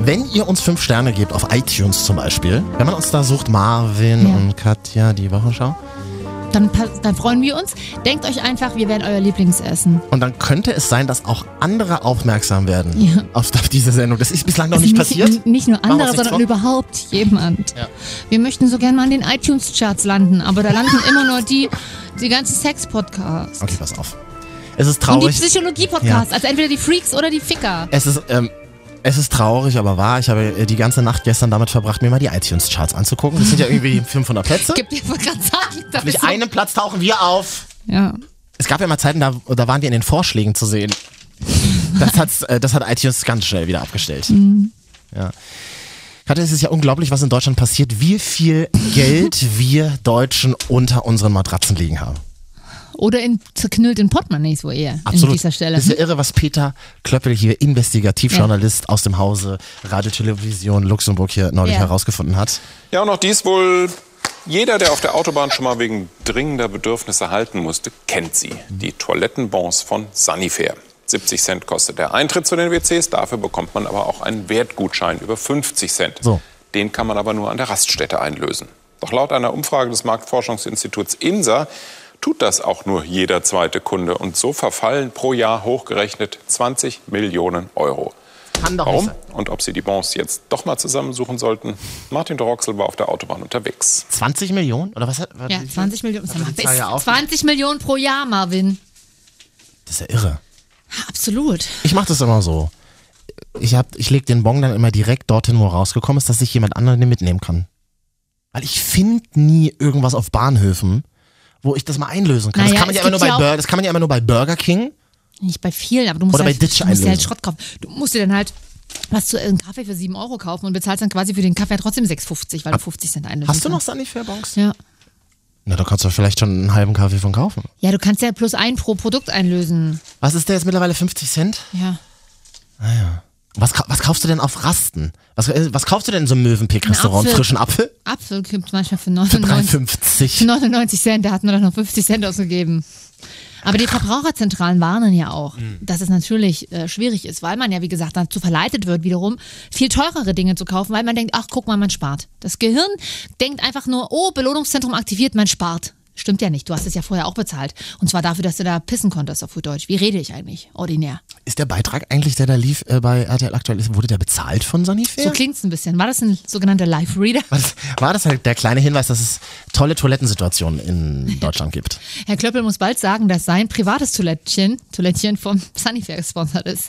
H: Wenn ihr uns fünf Sterne gebt, auf iTunes zum Beispiel, wenn man uns da sucht, Marvin
D: Ja.
H: und Katja, die Wochenschau,
D: Dann, pa- dann freuen wir uns. Denkt euch einfach, wir werden euer Lieblingsessen.
H: und dann könnte es sein, dass auch andere aufmerksam werden
D: Ja.
H: auf, auf diese Sendung. Das ist bislang noch nicht passiert.
D: Nicht nur
H: Machen wir
D: andere,
H: uns nichts
D: sondern
H: vor.
D: überhaupt jemand. Wir möchten so gerne mal in den iTunes-Charts landen, aber da landen immer nur die, die ganzen Sex-Podcasts.
H: Okay, pass auf. Es ist
D: Und die
H: traurig.
D: Psychologie-Podcasts. Also entweder die Freaks oder die Ficker.
H: Es ist, ähm, es ist traurig, aber wahr. Ich habe äh, die ganze Nacht gestern damit verbracht, mir mal die iTunes-Charts anzugucken. Das sind ja irgendwie 500 Plätze.
D: Gibt ja wohl ganz sagen. da
H: Nicht
D: ist so-
H: einem Platz tauchen wir auf.
D: Ja.
H: Es gab ja mal Zeiten, da, da waren wir in den Vorschlägen zu sehen. Das, hat's, äh, das hat iTunes ganz schnell wieder abgestellt.
D: Mhm.
H: Ja. Katja, es ist ja unglaublich, was in Deutschland passiert, wie viel Geld wir Deutschen unter unseren Matratzen liegen haben.
D: Oder in zerknüllt in Portemonnaies wohl eher.
H: Absolut.
D: An dieser Stelle.
H: Das ist ja irre, was Peter Klöppel hier, Investigativjournalist aus dem Hause Radio Television Luxemburg hier neulich
D: Ja.
H: herausgefunden hat.
J: Ja, und auch dies wohl jeder, der auf der Autobahn schon mal wegen dringender Bedürfnisse halten musste, kennt sie. Die Toilettenbons von Sanifair. 70 Cent kostet der Eintritt zu den WCs, dafür bekommt man aber auch einen Wertgutschein über 50 Cent.
H: So.
J: Den kann man aber nur an der Raststätte einlösen. Doch laut einer Umfrage des Marktforschungsinstituts INSA tut das auch nur jeder zweite Kunde. Und so verfallen pro Jahr hochgerechnet 20 Millionen Euro.
H: Kann doch
J: Warum
H: nicht
J: und ob sie die Bons jetzt doch mal zusammensuchen sollten? Martin Doroxel war auf der Autobahn unterwegs.
H: 20 Millionen? Oder was? hat- was-
D: ja, 20 Millionen. Sag mal,
H: die Zahl ja
D: bis
H: auf-
D: 20 Millionen pro Jahr, Marvin.
H: Das ist ja irre.
D: Ah, Absolut.
H: Ich mache das immer so. Ich, hab, ich lege den Bon dann immer direkt dorthin, wo er rausgekommen ist, dass sich jemand anderen den mitnehmen kann. Weil ich finde nie irgendwas auf Bahnhöfen, wo ich das mal einlösen kann. das,
D: Naja,
H: kann man ja
D: es
H: immer nur
D: gibt
H: bei
D: ja auch-
H: Bur- das kann man ja immer nur bei Burger King.
D: Nicht bei vielen, aber du musst,
H: Oder bei
D: halt,
H: Ditch
D: du musst dir halt
H: einlösen.
D: Schrott kaufen. Du musst dir dann halt was zu einen Kaffee für 7 Euro kaufen und bezahlst dann quasi für den Kaffee halt trotzdem 6,50, weil du 50 Cent einlösen
H: Ah. Hast du noch
D: kannst.
H: Sunnyfair-Bonks?
D: Ja.
H: Na, da kannst du vielleicht schon einen halben Kaffee von kaufen.
D: ja, du kannst ja plus ein pro Produkt einlösen.
H: Was ist der jetzt mittlerweile? 50 Cent?
D: Ja.
H: Was, kau- was kaufst du denn auf Rasten? Was, äh, was kaufst du denn in so einem
D: Ein
H: Möwenpick-Restaurant?
D: Apfel.
H: Frischen Apfel?
D: Apfel gibt manchmal für
H: Für
D: 99,
H: 3,50.
D: 99 Cent. Da hat man doch noch 50 Cent ausgegeben. Aber die Verbraucherzentralen warnen ja auch, dass es natürlich äh, schwierig ist, weil man ja, wie gesagt, dazu verleitet wird, wiederum viel teurere Dinge zu kaufen, weil man denkt, ach, guck mal, man spart. Das Gehirn denkt einfach nur, oh, Belohnungszentrum aktiviert, man spart. Stimmt ja nicht, du hast es ja vorher auch bezahlt. Und zwar dafür, dass du da pissen konntest auf gut Deutsch. Wie rede ich eigentlich? Ordinär.
H: Ist der Beitrag eigentlich, der da lief äh, bei RTL aktuell, ist, wurde der bezahlt von Sanifair?
D: So klingt's ein bisschen. War das ein sogenannter Live-Reader?
H: war, das, war das halt der kleine Hinweis, dass es tolle Toilettensituationen in Deutschland gibt?
D: Herr Klöppel muss bald sagen, dass sein privates Toilettchen, Toilettchen vom Sunnyfair gesponsert ist.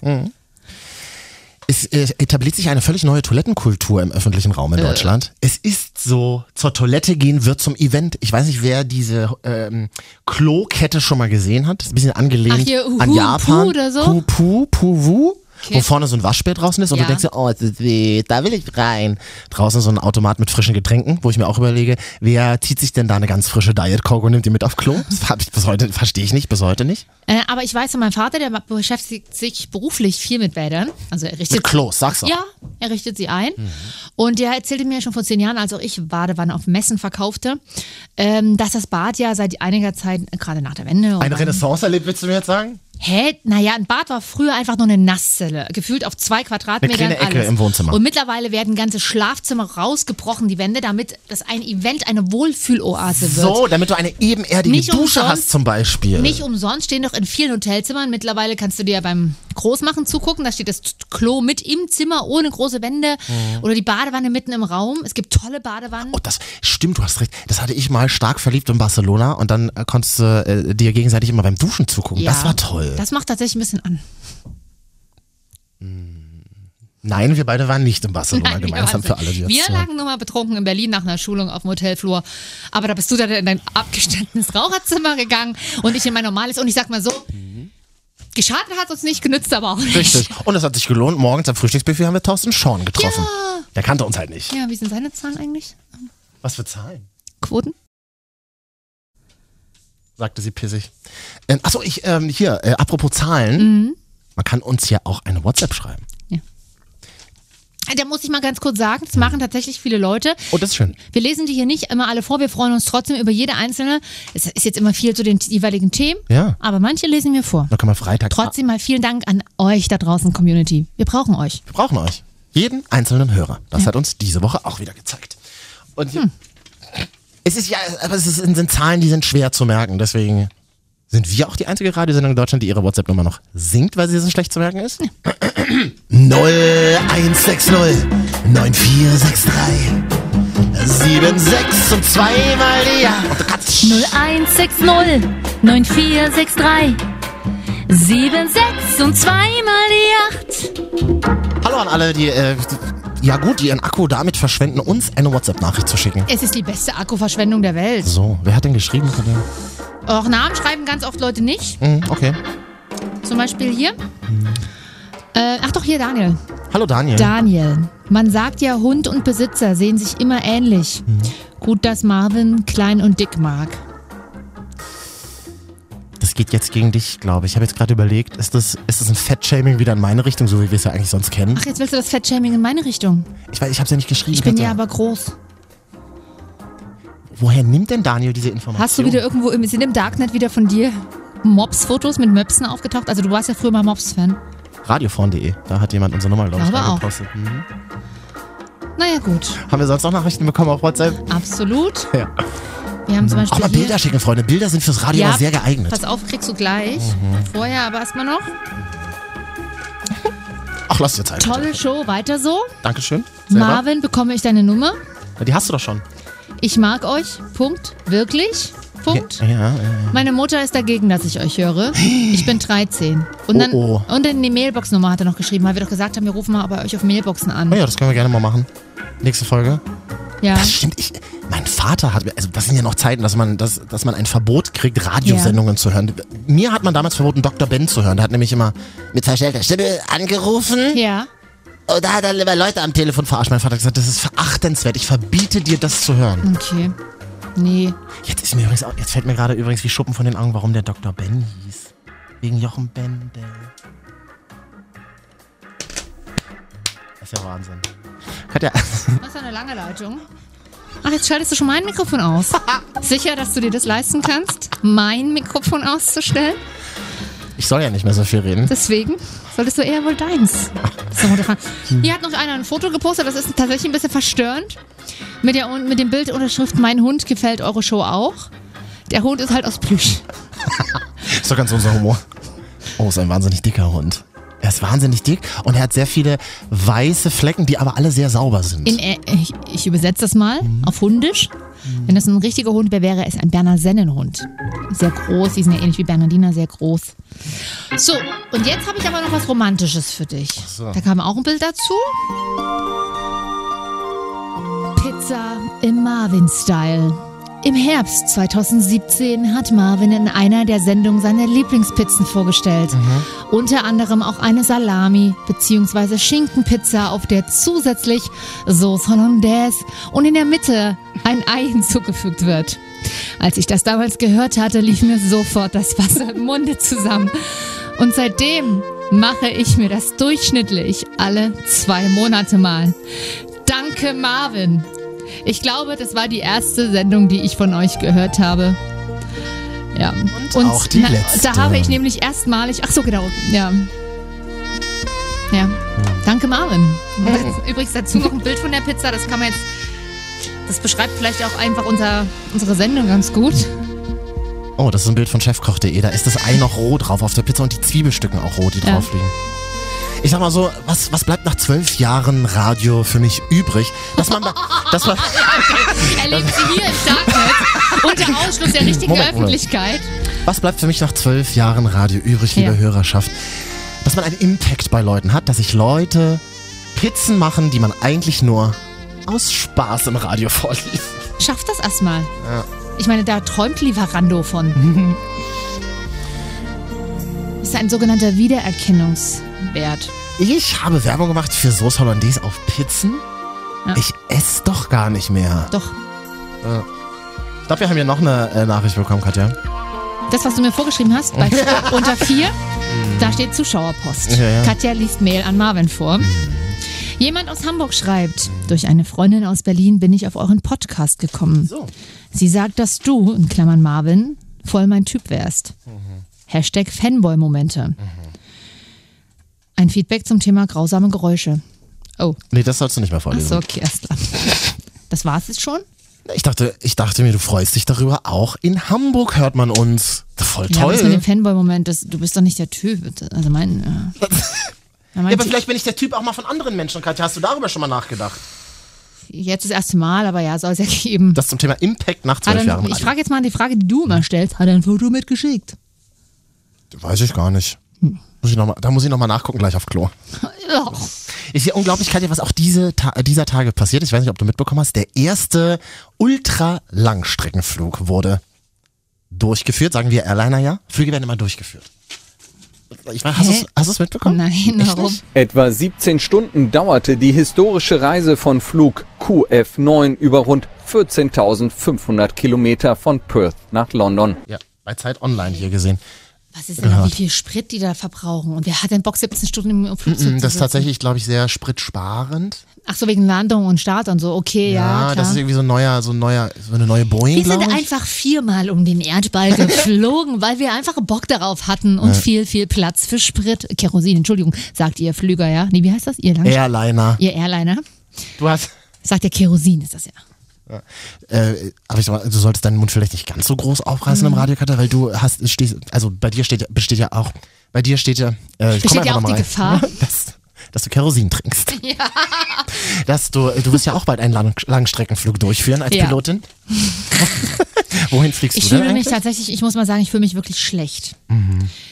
H: Es äh, etabliert sich eine völlig neue Toilettenkultur im öffentlichen Raum in Deutschland. Es ist so, zur Toilette gehen wird zum Event. Ich weiß nicht, wer diese ähm, Klo-Kette schon mal gesehen hat. Ist ein bisschen angelehnt
D: Ach, hier, Uhu,
H: an Japan.
D: Puh oder so?
H: Puh, Puh, Puh, Wuh.
D: Okay.
H: Wo vorne so ein Waschbär draußen ist und du
D: Ja.
H: denkst dir, oh, es ist weh, da will ich rein. Draußen so ein Automat mit frischen Getränken, wo ich mir auch überlege, wer zieht sich denn da eine ganz frische Diet Coke und nimmt die mit auf Klo? Das hab ich bis heute, verstehe ich nicht, bis heute nicht.
D: Äh, aber ich weiß, mein Vater, der beschäftigt sich beruflich viel mit Bädern. Also er richtet
H: Mit Klos, sag's auch.
D: Ja, er richtet sie ein. Und der erzählte mir schon vor zehn Jahren, als auch ich Badewanne auf Messen verkaufte, ähm, dass das Bad ja seit einiger Zeit, äh, gerade nach der Wende. und
H: Eine
D: dann-
H: Renaissance erlebt, willst du mir jetzt sagen?
D: Hä? Naja, ein Bad war früher einfach nur eine Nasszelle. Gefühlt auf zwei Quadratmetern.
H: Eine kleine Ecke
D: alles.
H: im Wohnzimmer.
D: Und mittlerweile werden ganze Schlafzimmer rausgebrochen, die Wände, damit das ein Event eine Wohlfühloase wird.
H: So, damit du eine ebenerdige
D: Nicht
H: Dusche
D: umsonst- um-
H: hast zum Beispiel.
D: Nicht umsonst stehen doch in vielen Hotelzimmern. Mittlerweile kannst du dir beim Großmachen zugucken. Da steht das Klo mit im Zimmer, ohne große Wände.
H: Mhm.
D: Oder die Badewanne mitten im Raum. Es gibt tolle Badewannen.
H: Oh, das stimmt, du hast recht. Das hatte ich mal stark verliebt in Barcelona und dann äh, konntest du äh, dir gegenseitig immer beim Duschen zugucken.
D: Ja.
H: Das war toll.
D: Das macht tatsächlich ein bisschen an.
H: Nein, wir beide waren nicht in Barcelona
D: Nein, wir
H: gemeinsam
D: waren's
H: für alle, die das
D: nicht. Wir
H: zuhören.
D: lagen nur mal betrunken in Berlin nach einer Schulung auf dem Hotelflur. Aber da bist du dann in dein abgestandenes Raucherzimmer gegangen und ich in mein normales. Und ich sag mal so, geschadet hat uns nicht, genützt aber auch nicht.
H: Richtig. Und das hat sich gelohnt. Morgens am Frühstücksbuffet haben wir Thorsten Schorn getroffen.
D: Ja.
H: Der kannte uns halt nicht.
D: Ja, wie sind seine Zahlen eigentlich?
H: Was für Zahlen?
D: Quoten?
H: Sagte sie pissig. Ähm, achso, ich, ähm, hier, äh, apropos Zahlen.
D: Mhm.
H: Man kann uns ja auch eine WhatsApp schreiben.
D: Da muss ich mal ganz kurz sagen, das machen tatsächlich viele Leute.
H: Oh, das ist schön.
D: Wir lesen die hier nicht immer alle vor, wir freuen uns trotzdem über jede einzelne. Es ist jetzt immer viel zu den jeweiligen Themen,
H: Ja.
D: aber manche lesen wir vor.
H: Dann können wir Freitag.
D: Trotzdem mal vielen Dank an euch da draußen, Community. Wir brauchen euch.
H: Wir brauchen euch. Jeden einzelnen Hörer. Das hat uns diese Woche auch wieder gezeigt. Und hier, es ist ja, aber es ist, sind Zahlen, die sind schwer zu merken. Deswegen sind wir auch die einzige Radiosendung in Deutschland, die ihre WhatsApp-Nummer noch singt, weil sie so schlecht zu merken ist. 0160 9463 76 und zweimal die Ja. Und du kannst
K: 0160 9463 76 und zweimal die 8.
H: Hallo an alle, die, äh, ja gut, die ihren Akku damit verschwenden, uns eine WhatsApp-Nachricht zu schicken.
D: Es ist die beste Akkuverschwendung der Welt.
H: So, wer hat denn geschrieben?
D: Auch Namen schreiben ganz oft Leute nicht.
H: Hm, Okay.
D: Zum Beispiel hier. Äh, ach doch, hier Daniel.
H: Hallo Daniel.
D: Daniel. Man sagt ja, Hund und Besitzer sehen sich immer ähnlich.
H: Mhm.
D: Gut, dass Marvin klein und dick mag.
H: Das geht jetzt gegen dich, glaube ich. Ich habe jetzt gerade überlegt, ist das, ist das ein Fettshaming wieder in meine Richtung, so wie wir es ja eigentlich sonst kennen?
D: Ach, jetzt willst du das Fettshaming in meine Richtung.
H: Ich weiß, ich habe es ja nicht geschrieben.
D: Ich bin ja
H: Katja.
D: aber groß.
H: Woher nimmt denn Daniel diese Information?
D: Hast du wieder irgendwo im, sind im Darknet wieder von dir Mobs-Fotos mit Möpsen aufgetaucht? Also du warst ja früher mal Mobs-Fan.
H: Radiophone.de, da hat jemand unsere Nummer, glaube ich,
D: Glaube auch.
H: gepostet. Mhm.
D: Naja, gut.
H: Haben wir sonst noch Nachrichten bekommen auf WhatsApp?
D: Absolut.
H: Ja.
D: Wir haben zum
H: Auch
D: Beispiel
H: mal
D: hier,
H: Bilder schicken, Freunde. Bilder sind fürs Radio
D: Ja,
H: aber sehr geeignet. Mhm.
D: Pass auf, kriegst du gleich. Vorher aber erstmal noch.
H: Ach, lass dir Zeit.
D: Tolle Show, weiter so.
H: Dankeschön. Selber.
D: Marvin, bekomme ich deine Nummer?
H: Ja, Die hast du doch schon.
D: Ich mag euch. Punkt. Wirklich? Punkt.
H: Ja, ja, ja.
D: Meine Mutter ist dagegen, dass ich euch höre. Ich bin 13. Und dann,
H: Oh,
D: und dann die Mailbox-Nummer hat er noch geschrieben, weil wir doch gesagt haben, wir rufen mal bei euch auf Mailboxen an.
H: Oh ja, das können wir gerne mal machen. Nächste Folge.
D: Ja.
H: Das stimmt. Ich, mein Vater hat, also das sind ja noch Zeiten, dass man, dass, dass man ein Verbot kriegt, Radiosendungen zu hören. Mir hat man damals verboten, Dr. Ben zu hören. Der hat nämlich immer mit verstellter Stimme angerufen.
D: Ja.
H: Und da hat er immer Leute am Telefon verarscht. Mein Vater hat gesagt, das ist verachtenswert. Ich verbiete dir, das zu hören.
D: Okay. Nee.
H: Jetzt ist mir übrigens auch, jetzt fällt mir gerade übrigens wie Schuppen von den Augen, warum der Dr. Ben hieß. Wegen Jochen Bendel. Das ist ja Wahnsinn. Katja,
D: Das ist eine lange Leitung. Ach, jetzt schaltest du schon mein Mikrofon aus. Sicher, dass du dir das leisten kannst, mein Mikrofon auszustellen?
H: ich soll ja nicht mehr so viel reden.
D: Deswegen solltest du eher wohl deins. So, runterfahren. Hier hat noch einer ein Foto gepostet, das ist tatsächlich ein bisschen verstörend. Mit, der, mit dem Bild Unterschrift Mein Hund gefällt eure Show auch. Der Hund ist halt aus Plüsch.
H: Ist doch ganz unser Humor. Oh, ist ein wahnsinnig dicker Hund. Er ist wahnsinnig dick und er hat sehr viele weiße Flecken, die aber alle sehr sauber sind. Mhm.
D: In, äh, ich, ich übersetze das mal auf Hundisch. Wenn das ein richtiger Hund wäre, wäre es ein Berner Sennenhund. Sehr groß, die sind ja ähnlich wie Bernardiner, sehr groß. So, und jetzt habe ich aber noch was Romantisches für dich.
H: so.
D: Da kam auch ein Bild dazu. Pizza im Marvin-Style. Im Herbst 2017 hat Marvin in einer der Sendungen seine Lieblingspizzen vorgestellt. Unter anderem auch eine Salami- bzw. Schinkenpizza, auf der zusätzlich Sauce Hollandaise und in der Mitte ein Ei hinzugefügt wird. Als ich das damals gehört hatte, lief mir sofort das Wasser im Munde zusammen. Und seitdem mache ich mir das durchschnittlich alle zwei Monate mal. Danke, Marvin. Ich glaube, das war die erste Sendung, die ich von euch gehört habe. Ja. Und,
H: auch die letzte.
D: Da habe ich nämlich erstmalig. Ach so, genau. Ja. Ja. Danke, Marvin.
H: Mhm.
D: Und jetzt Übrigens dazu noch ein Bild von der Pizza. Das kann man jetzt. Das beschreibt vielleicht auch einfach unser, unsere Sendung ganz gut.
H: Oh, das ist ein Bild von chefkoch.de. Da ist das Ei noch roh drauf auf der Pizza und die Zwiebelstücken auch roh, die
D: Ja.
H: drauf liegen. Ich sag mal so, was, was bleibt nach zwölf Jahren Radio für mich übrig? Dass man, bei- dass man,
D: Er lebt sie hier im Darknet unter Ausschluss der richtigen
H: Moment, Moment.
D: Öffentlichkeit.
H: was bleibt für mich nach zwölf Jahren Radio übrig, liebe
D: Ja.
H: Hörerschaft? Dass man einen Impact bei Leuten hat, dass sich Leute Pizzen machen, die man eigentlich nur aus Spaß im Radio vorliest.
D: Schafft das erstmal.
H: Ja.
D: Ich meine, da träumt Lieferando von. Das ist ein sogenannter Wiedererkennungswert.
H: Ich habe Werbung gemacht für Sauce Hollandaise auf Pizzen.
D: Ja.
H: Ich esse doch gar nicht mehr.
D: Doch.
H: Ja. Ich glaube, wir haben hier noch eine äh, Nachricht bekommen, Katja.
D: Das, was du mir vorgeschrieben hast, bei unter 4, da steht Zuschauerpost.
H: Mhm. Ja, Mhm. ja.
D: Katja liest Mail an Marvin vor. Jemand aus Hamburg schreibt, durch eine Freundin aus Berlin bin ich auf euren Podcast gekommen.
H: So.
D: Sie sagt, dass du, in Klammern Marvin, voll mein Typ wärst.
H: Mhm.
D: Hashtag Fanboy-Momente. Ein Feedback zum Thema grausame Geräusche. Oh,
H: Nee, das sollst du nicht mehr vorlesen.
D: achso, okay, erst klar. Das war's jetzt schon?
H: Ich dachte, ich dachte mir, du freust dich darüber. Auch in Hamburg hört man uns. Voll
D: Ja, aber
H: toll.
D: das mit dem Fanboy-Moment, das- du bist doch nicht der Typ. Also mein, ja. Ja, mein
H: ja, aber
D: Typ-
H: vielleicht bin ich der Typ auch mal von anderen Menschen, Katja. Hast du darüber schon mal nachgedacht?
D: Jetzt das erste Mal, aber ja, soll es ja geben.
H: Das zum Thema Impact nach
D: Hat
H: zwölf
D: er,
H: Jahren.
D: ich frage jetzt mal die Frage, die du
H: Hm.
D: immer stellst. Hat er ein Foto mitgeschickt?
H: Weiß ich gar nicht. Muss ich noch mal, da muss ich nochmal nachgucken, gleich auf Klo.
D: Ugh.
H: Ist ja unglaublich, Katja, was auch diese Ta äh, dieser Tage passiert. Ich weiß nicht, ob du mitbekommen hast. Der erste Ultra-Langstreckenflug wurde durchgeführt. Sagen wir Airliner ja. Flüge werden immer durchgeführt. Ich weiß, hast
D: Hä?
H: du's- hast du es mitbekommen?
D: Nein,
H: Echt
D: warum?
H: nicht?
L: Etwa 17 Stunden dauerte die historische Reise von Flug QF9 über rund 14.500 Kilometer von Perth nach London.
H: Ja, bei Zeit Online hier gesehen.
D: Was ist denn,
H: Ja.
D: wie viel Sprit die da verbrauchen? Und wer hat denn Bock, 17 Stunden im Flugzeug zu
H: Mhm, Das ist
D: sitzen?
H: tatsächlich, glaube ich, sehr spritsparend.
D: Ach so, wegen Landung und Start und so. Okay, ja,
H: das
D: klar.
H: ist genau- irgendwie so ein neuer, so ein neuer, so eine neue Boeing,
D: wir sind
H: glaube ich.
D: einfach viermal um den Erdball geflogen, weil wir einfach Bock darauf hatten und
H: Ja.
D: viel, viel Platz für Sprit. Kerosin, Entschuldigung, sagt ihr Flüger, ja? Nee, wie heißt das? Ihr, Lang
H: Airliner.
D: ihr Airliner?
H: Du hast.
D: Sagt ja Kerosin, ist das ja.
H: Äh, aber ich sag mal, du solltest deinen Mund vielleicht nicht ganz so groß aufreißen
D: Mhm.
H: im Radiokater, weil du hast, es stehst, also bei dir steht, ja- besteht ja auch, bei dir steht ja, äh, ich komm
D: Besteht ja
H: einfach
D: auch
H: noch mal
D: die
H: rein,
D: Gefahr.
H: dass, dass du Kerosin trinkst.
D: Ja.
H: Dass du, du wirst ja auch bald einen Lang Langstreckenflug durchführen als
D: Ja.
H: Pilotin. Wohin fliegst
D: Ich
H: du denn
D: fühle mich
H: eigentlich? Mhm.
D: tatsächlich, ich muss mal sagen, ich fühle mich wirklich schlecht.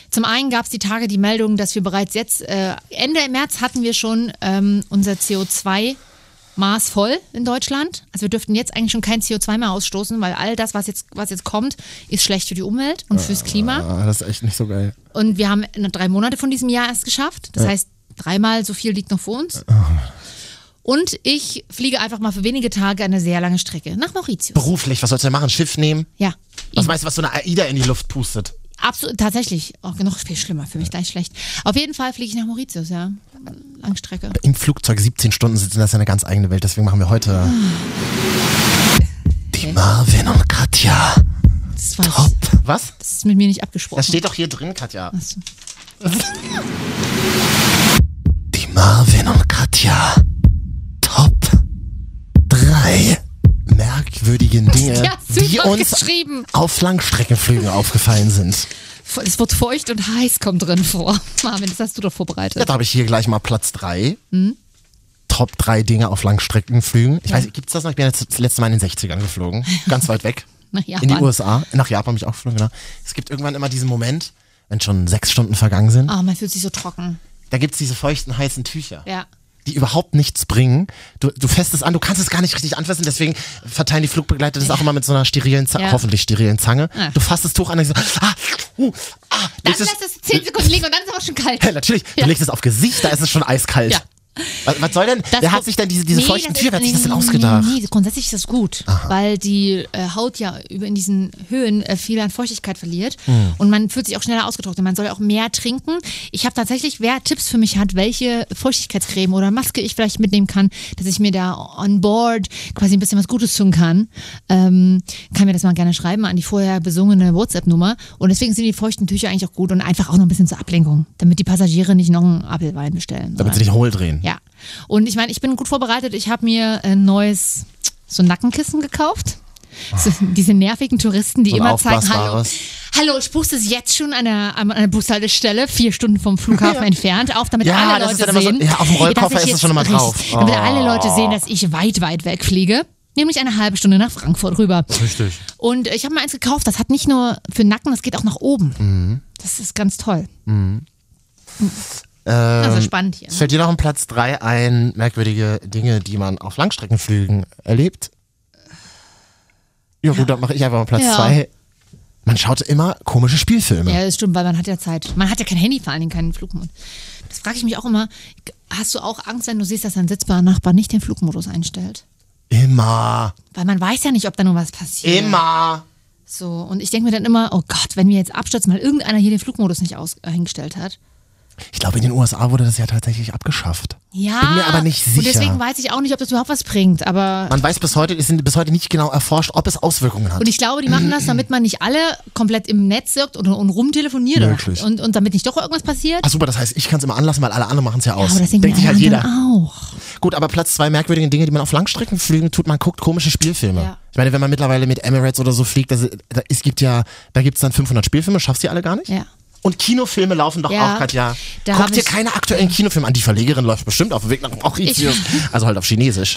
D: Zum einen gab es die Tage die Meldung, dass wir bereits jetzt, äh, Ende März hatten wir schon ähm, unser CO2-Maß voll in Deutschland. Also wir dürften jetzt eigentlich schon kein CO2 mehr ausstoßen, weil all das, was jetzt, was jetzt kommt, ist schlecht für die Umwelt und fürs Klima.
H: Ah, das ist echt nicht so geil.
D: Und wir haben nur drei Monate von diesem Jahr erst geschafft. Das
H: Ja. Ah.
D: heißt, dreimal so viel liegt noch vor uns. Und ich fliege einfach mal für wenige Tage eine sehr lange Strecke nach Mauritius.
H: Beruflich, was sollst du denn machen? Schiff nehmen?
D: Ja.
H: Was meinst du, was so eine AIDA in die Luft pustet?
D: Absolut, tatsächlich. Auch noch viel schlimmer, für mich gleich schlecht. Auf jeden Fall fliege ich nach Mauritius, ja. Langstrecke.
H: Im Flugzeug 17 Stunden sitzen, das ist ja eine ganz eigene Welt. Deswegen machen wir heute die Marvin und Katja.
D: Das, war,
H: Top. Was?
D: das ist mit mir nicht abgesprochen.
H: Das steht doch hier drin, Katja.
D: Was?
H: Die Marvin und Katja. Top drei merkwürdigen Dinge,
D: Ja, super
H: die uns
D: geschrieben.
H: auf Langstreckenflügen aufgefallen sind.
D: Es wird feucht und heiß kommt drin vor. Marvin, das hast du doch
H: Ja,
D: vorbereitet.
H: da habe ich hier gleich mal Platz drei.
D: Mhm.
H: Top drei Dinge auf Langstreckenflügen. Ich weiß, gibt's das noch? Ich bin jetzt das letzte Mal in den 60ern geflogen. Ganz weit weg.
D: Nach
H: In die
D: Japan.
H: USA. Nach Japan bin ich auch geflogen, genau. Es gibt irgendwann immer diesen Moment, wenn schon sechs Stunden vergangen sind,
D: Ah, man fühlt sich so trocken.
H: da gibt's diese feuchten, heißen Tücher.
D: Ja.
H: die überhaupt nichts bringen. Du, du fährst es an, du kannst es gar nicht richtig anfassen, deswegen verteilen die Flugbegleiter das auch immer mit so einer sterilen, Zange,
D: Ja.
H: hoffentlich sterilen Zange.
D: Ja.
H: Du fasst das Tuch an und sagst, so, ah, uh, ah,
D: Dann
H: legst es,
D: lässt es 10 Sekunden liegen und dann ist es auch schon kalt.
H: Ja, natürlich, du legst es auf Gesicht, da ist es schon eiskalt.
D: Ja.
H: Was, was soll denn,
D: Das
H: wer
D: Pro-
H: hat sich denn diese, diese
D: Nee,
H: feuchten
D: das
H: Tücher,
D: ist-
H: wer hat sich das denn
D: nee,
H: ausgedacht?
D: Nee, nee, grundsätzlich ist das gut, weil die äh, Haut ja über in diesen Höhen äh, viel an Feuchtigkeit verliert
H: Hm.
D: und man fühlt sich auch schneller ausgetrocknet. Man soll ja auch mehr trinken. Ich habe tatsächlich, wer Tipps für mich hat, welche Feuchtigkeitscreme oder Maske ich vielleicht mitnehmen kann, dass ich mir da on board quasi ein bisschen was Gutes tun kann, ähm, kann mir das mal gerne schreiben an die vorher besungene WhatsApp-Nummer. Und deswegen sind die feuchten Tücher eigentlich auch gut und einfach auch noch ein bisschen zur Ablenkung, damit die Passagiere nicht noch einen Apfelwein bestellen.
H: Damit
D: sondern-
H: sie dich hohl drehen.
D: ja. Und ich meine, ich bin gut vorbereitet. Ich habe mir ein neues so ein Nackenkissen gekauft. So, diese nervigen Touristen, die
H: So ein
D: immer zeigen, hallo,
H: aufblasbares.
D: Hallo, ich buchst es jetzt schon an der, an der Bushaltestelle, vier Stunden vom Flughafen entfernt, auf, damit
H: Ja,
D: alle
H: das
D: Leute
H: ist dann immer so-
D: sehen.
H: ja, auf dem Rollkoffer
D: dass ich
H: ist das
D: jetzt-
H: schon immer drauf.
D: Richtig, Damit
H: Oh.
D: alle Leute sehen, dass ich weit, weit wegfliege. Nämlich eine halbe Stunde nach Frankfurt rüber.
M: Richtig.
D: Und ich habe mir eins gekauft, das hat nicht nur für den Nacken, das geht auch nach oben.
H: Mhm.
D: Das ist ganz toll. Also
H: Mhm. Ähm,
D: spannend hier, ne?
H: Es fällt dir noch um Platz 3 ein, merkwürdige Dinge, die man auf Langstreckenflügen erlebt? Ja, gut, dann mache ich einfach mal Platz
D: Ja.
H: 2. Man schaut immer komische Spielfilme.
D: Ja, das stimmt, weil man hat ja Zeit. Man hat ja kein Handy, vor allen Dingen keinen Flugmodus. Das frage ich mich auch immer. Hast du auch Angst, wenn du siehst, dass dein sitzbarer Nachbar nicht den Flugmodus einstellt?
H: Immer.
D: Weil man weiß ja nicht, ob da nun was passiert.
H: Immer.
D: So, und ich denke mir dann immer, oh Gott, wenn wir jetzt abstürzen, weil irgendeiner hier den Flugmodus nicht aus eingestellt hat.
H: Ich glaube, in den USA wurde das ja tatsächlich abgeschafft.
D: Ja.
H: Bin mir aber nicht
D: Und deswegen
H: sicher.
D: weiß ich auch nicht, ob das überhaupt was bringt. Aber
H: Man weiß bis heute, es sind bis heute nicht genau erforscht, ob es Auswirkungen hat.
D: Und ich glaube, die machen das, damit man nicht alle komplett im Netz wirkt und, und rumtelefoniert. oder-
H: Möglich.
D: Und, und damit nicht doch irgendwas passiert.
H: Ach super, das heißt, ich kann es immer anlassen, weil alle anderen machen es ja aus.
D: aber das denken
H: Denkt sich
D: alle
H: halt jeder.
D: anderen Auch.
H: Gut, aber Platz zwei merkwürdige Dinge, die man auf Langstreckenflügen tut, man guckt komische Spielfilme. Ich meine, wenn man mittlerweile mit Emirates oder so fliegt, das, da, es gibt ja, da gibt es dann 500 Spielfilme, schaffst du die alle gar nicht?
D: Ja.
H: Und Kinofilme laufen doch
D: Ja.
H: auch, Katja.
D: Da hab
H: Guck dir
D: ich-
H: keine aktuellen Kinofilme an. Die Verlegerin läuft bestimmt auf dem Weg nach Mauritius. Also halt auf Chinesisch.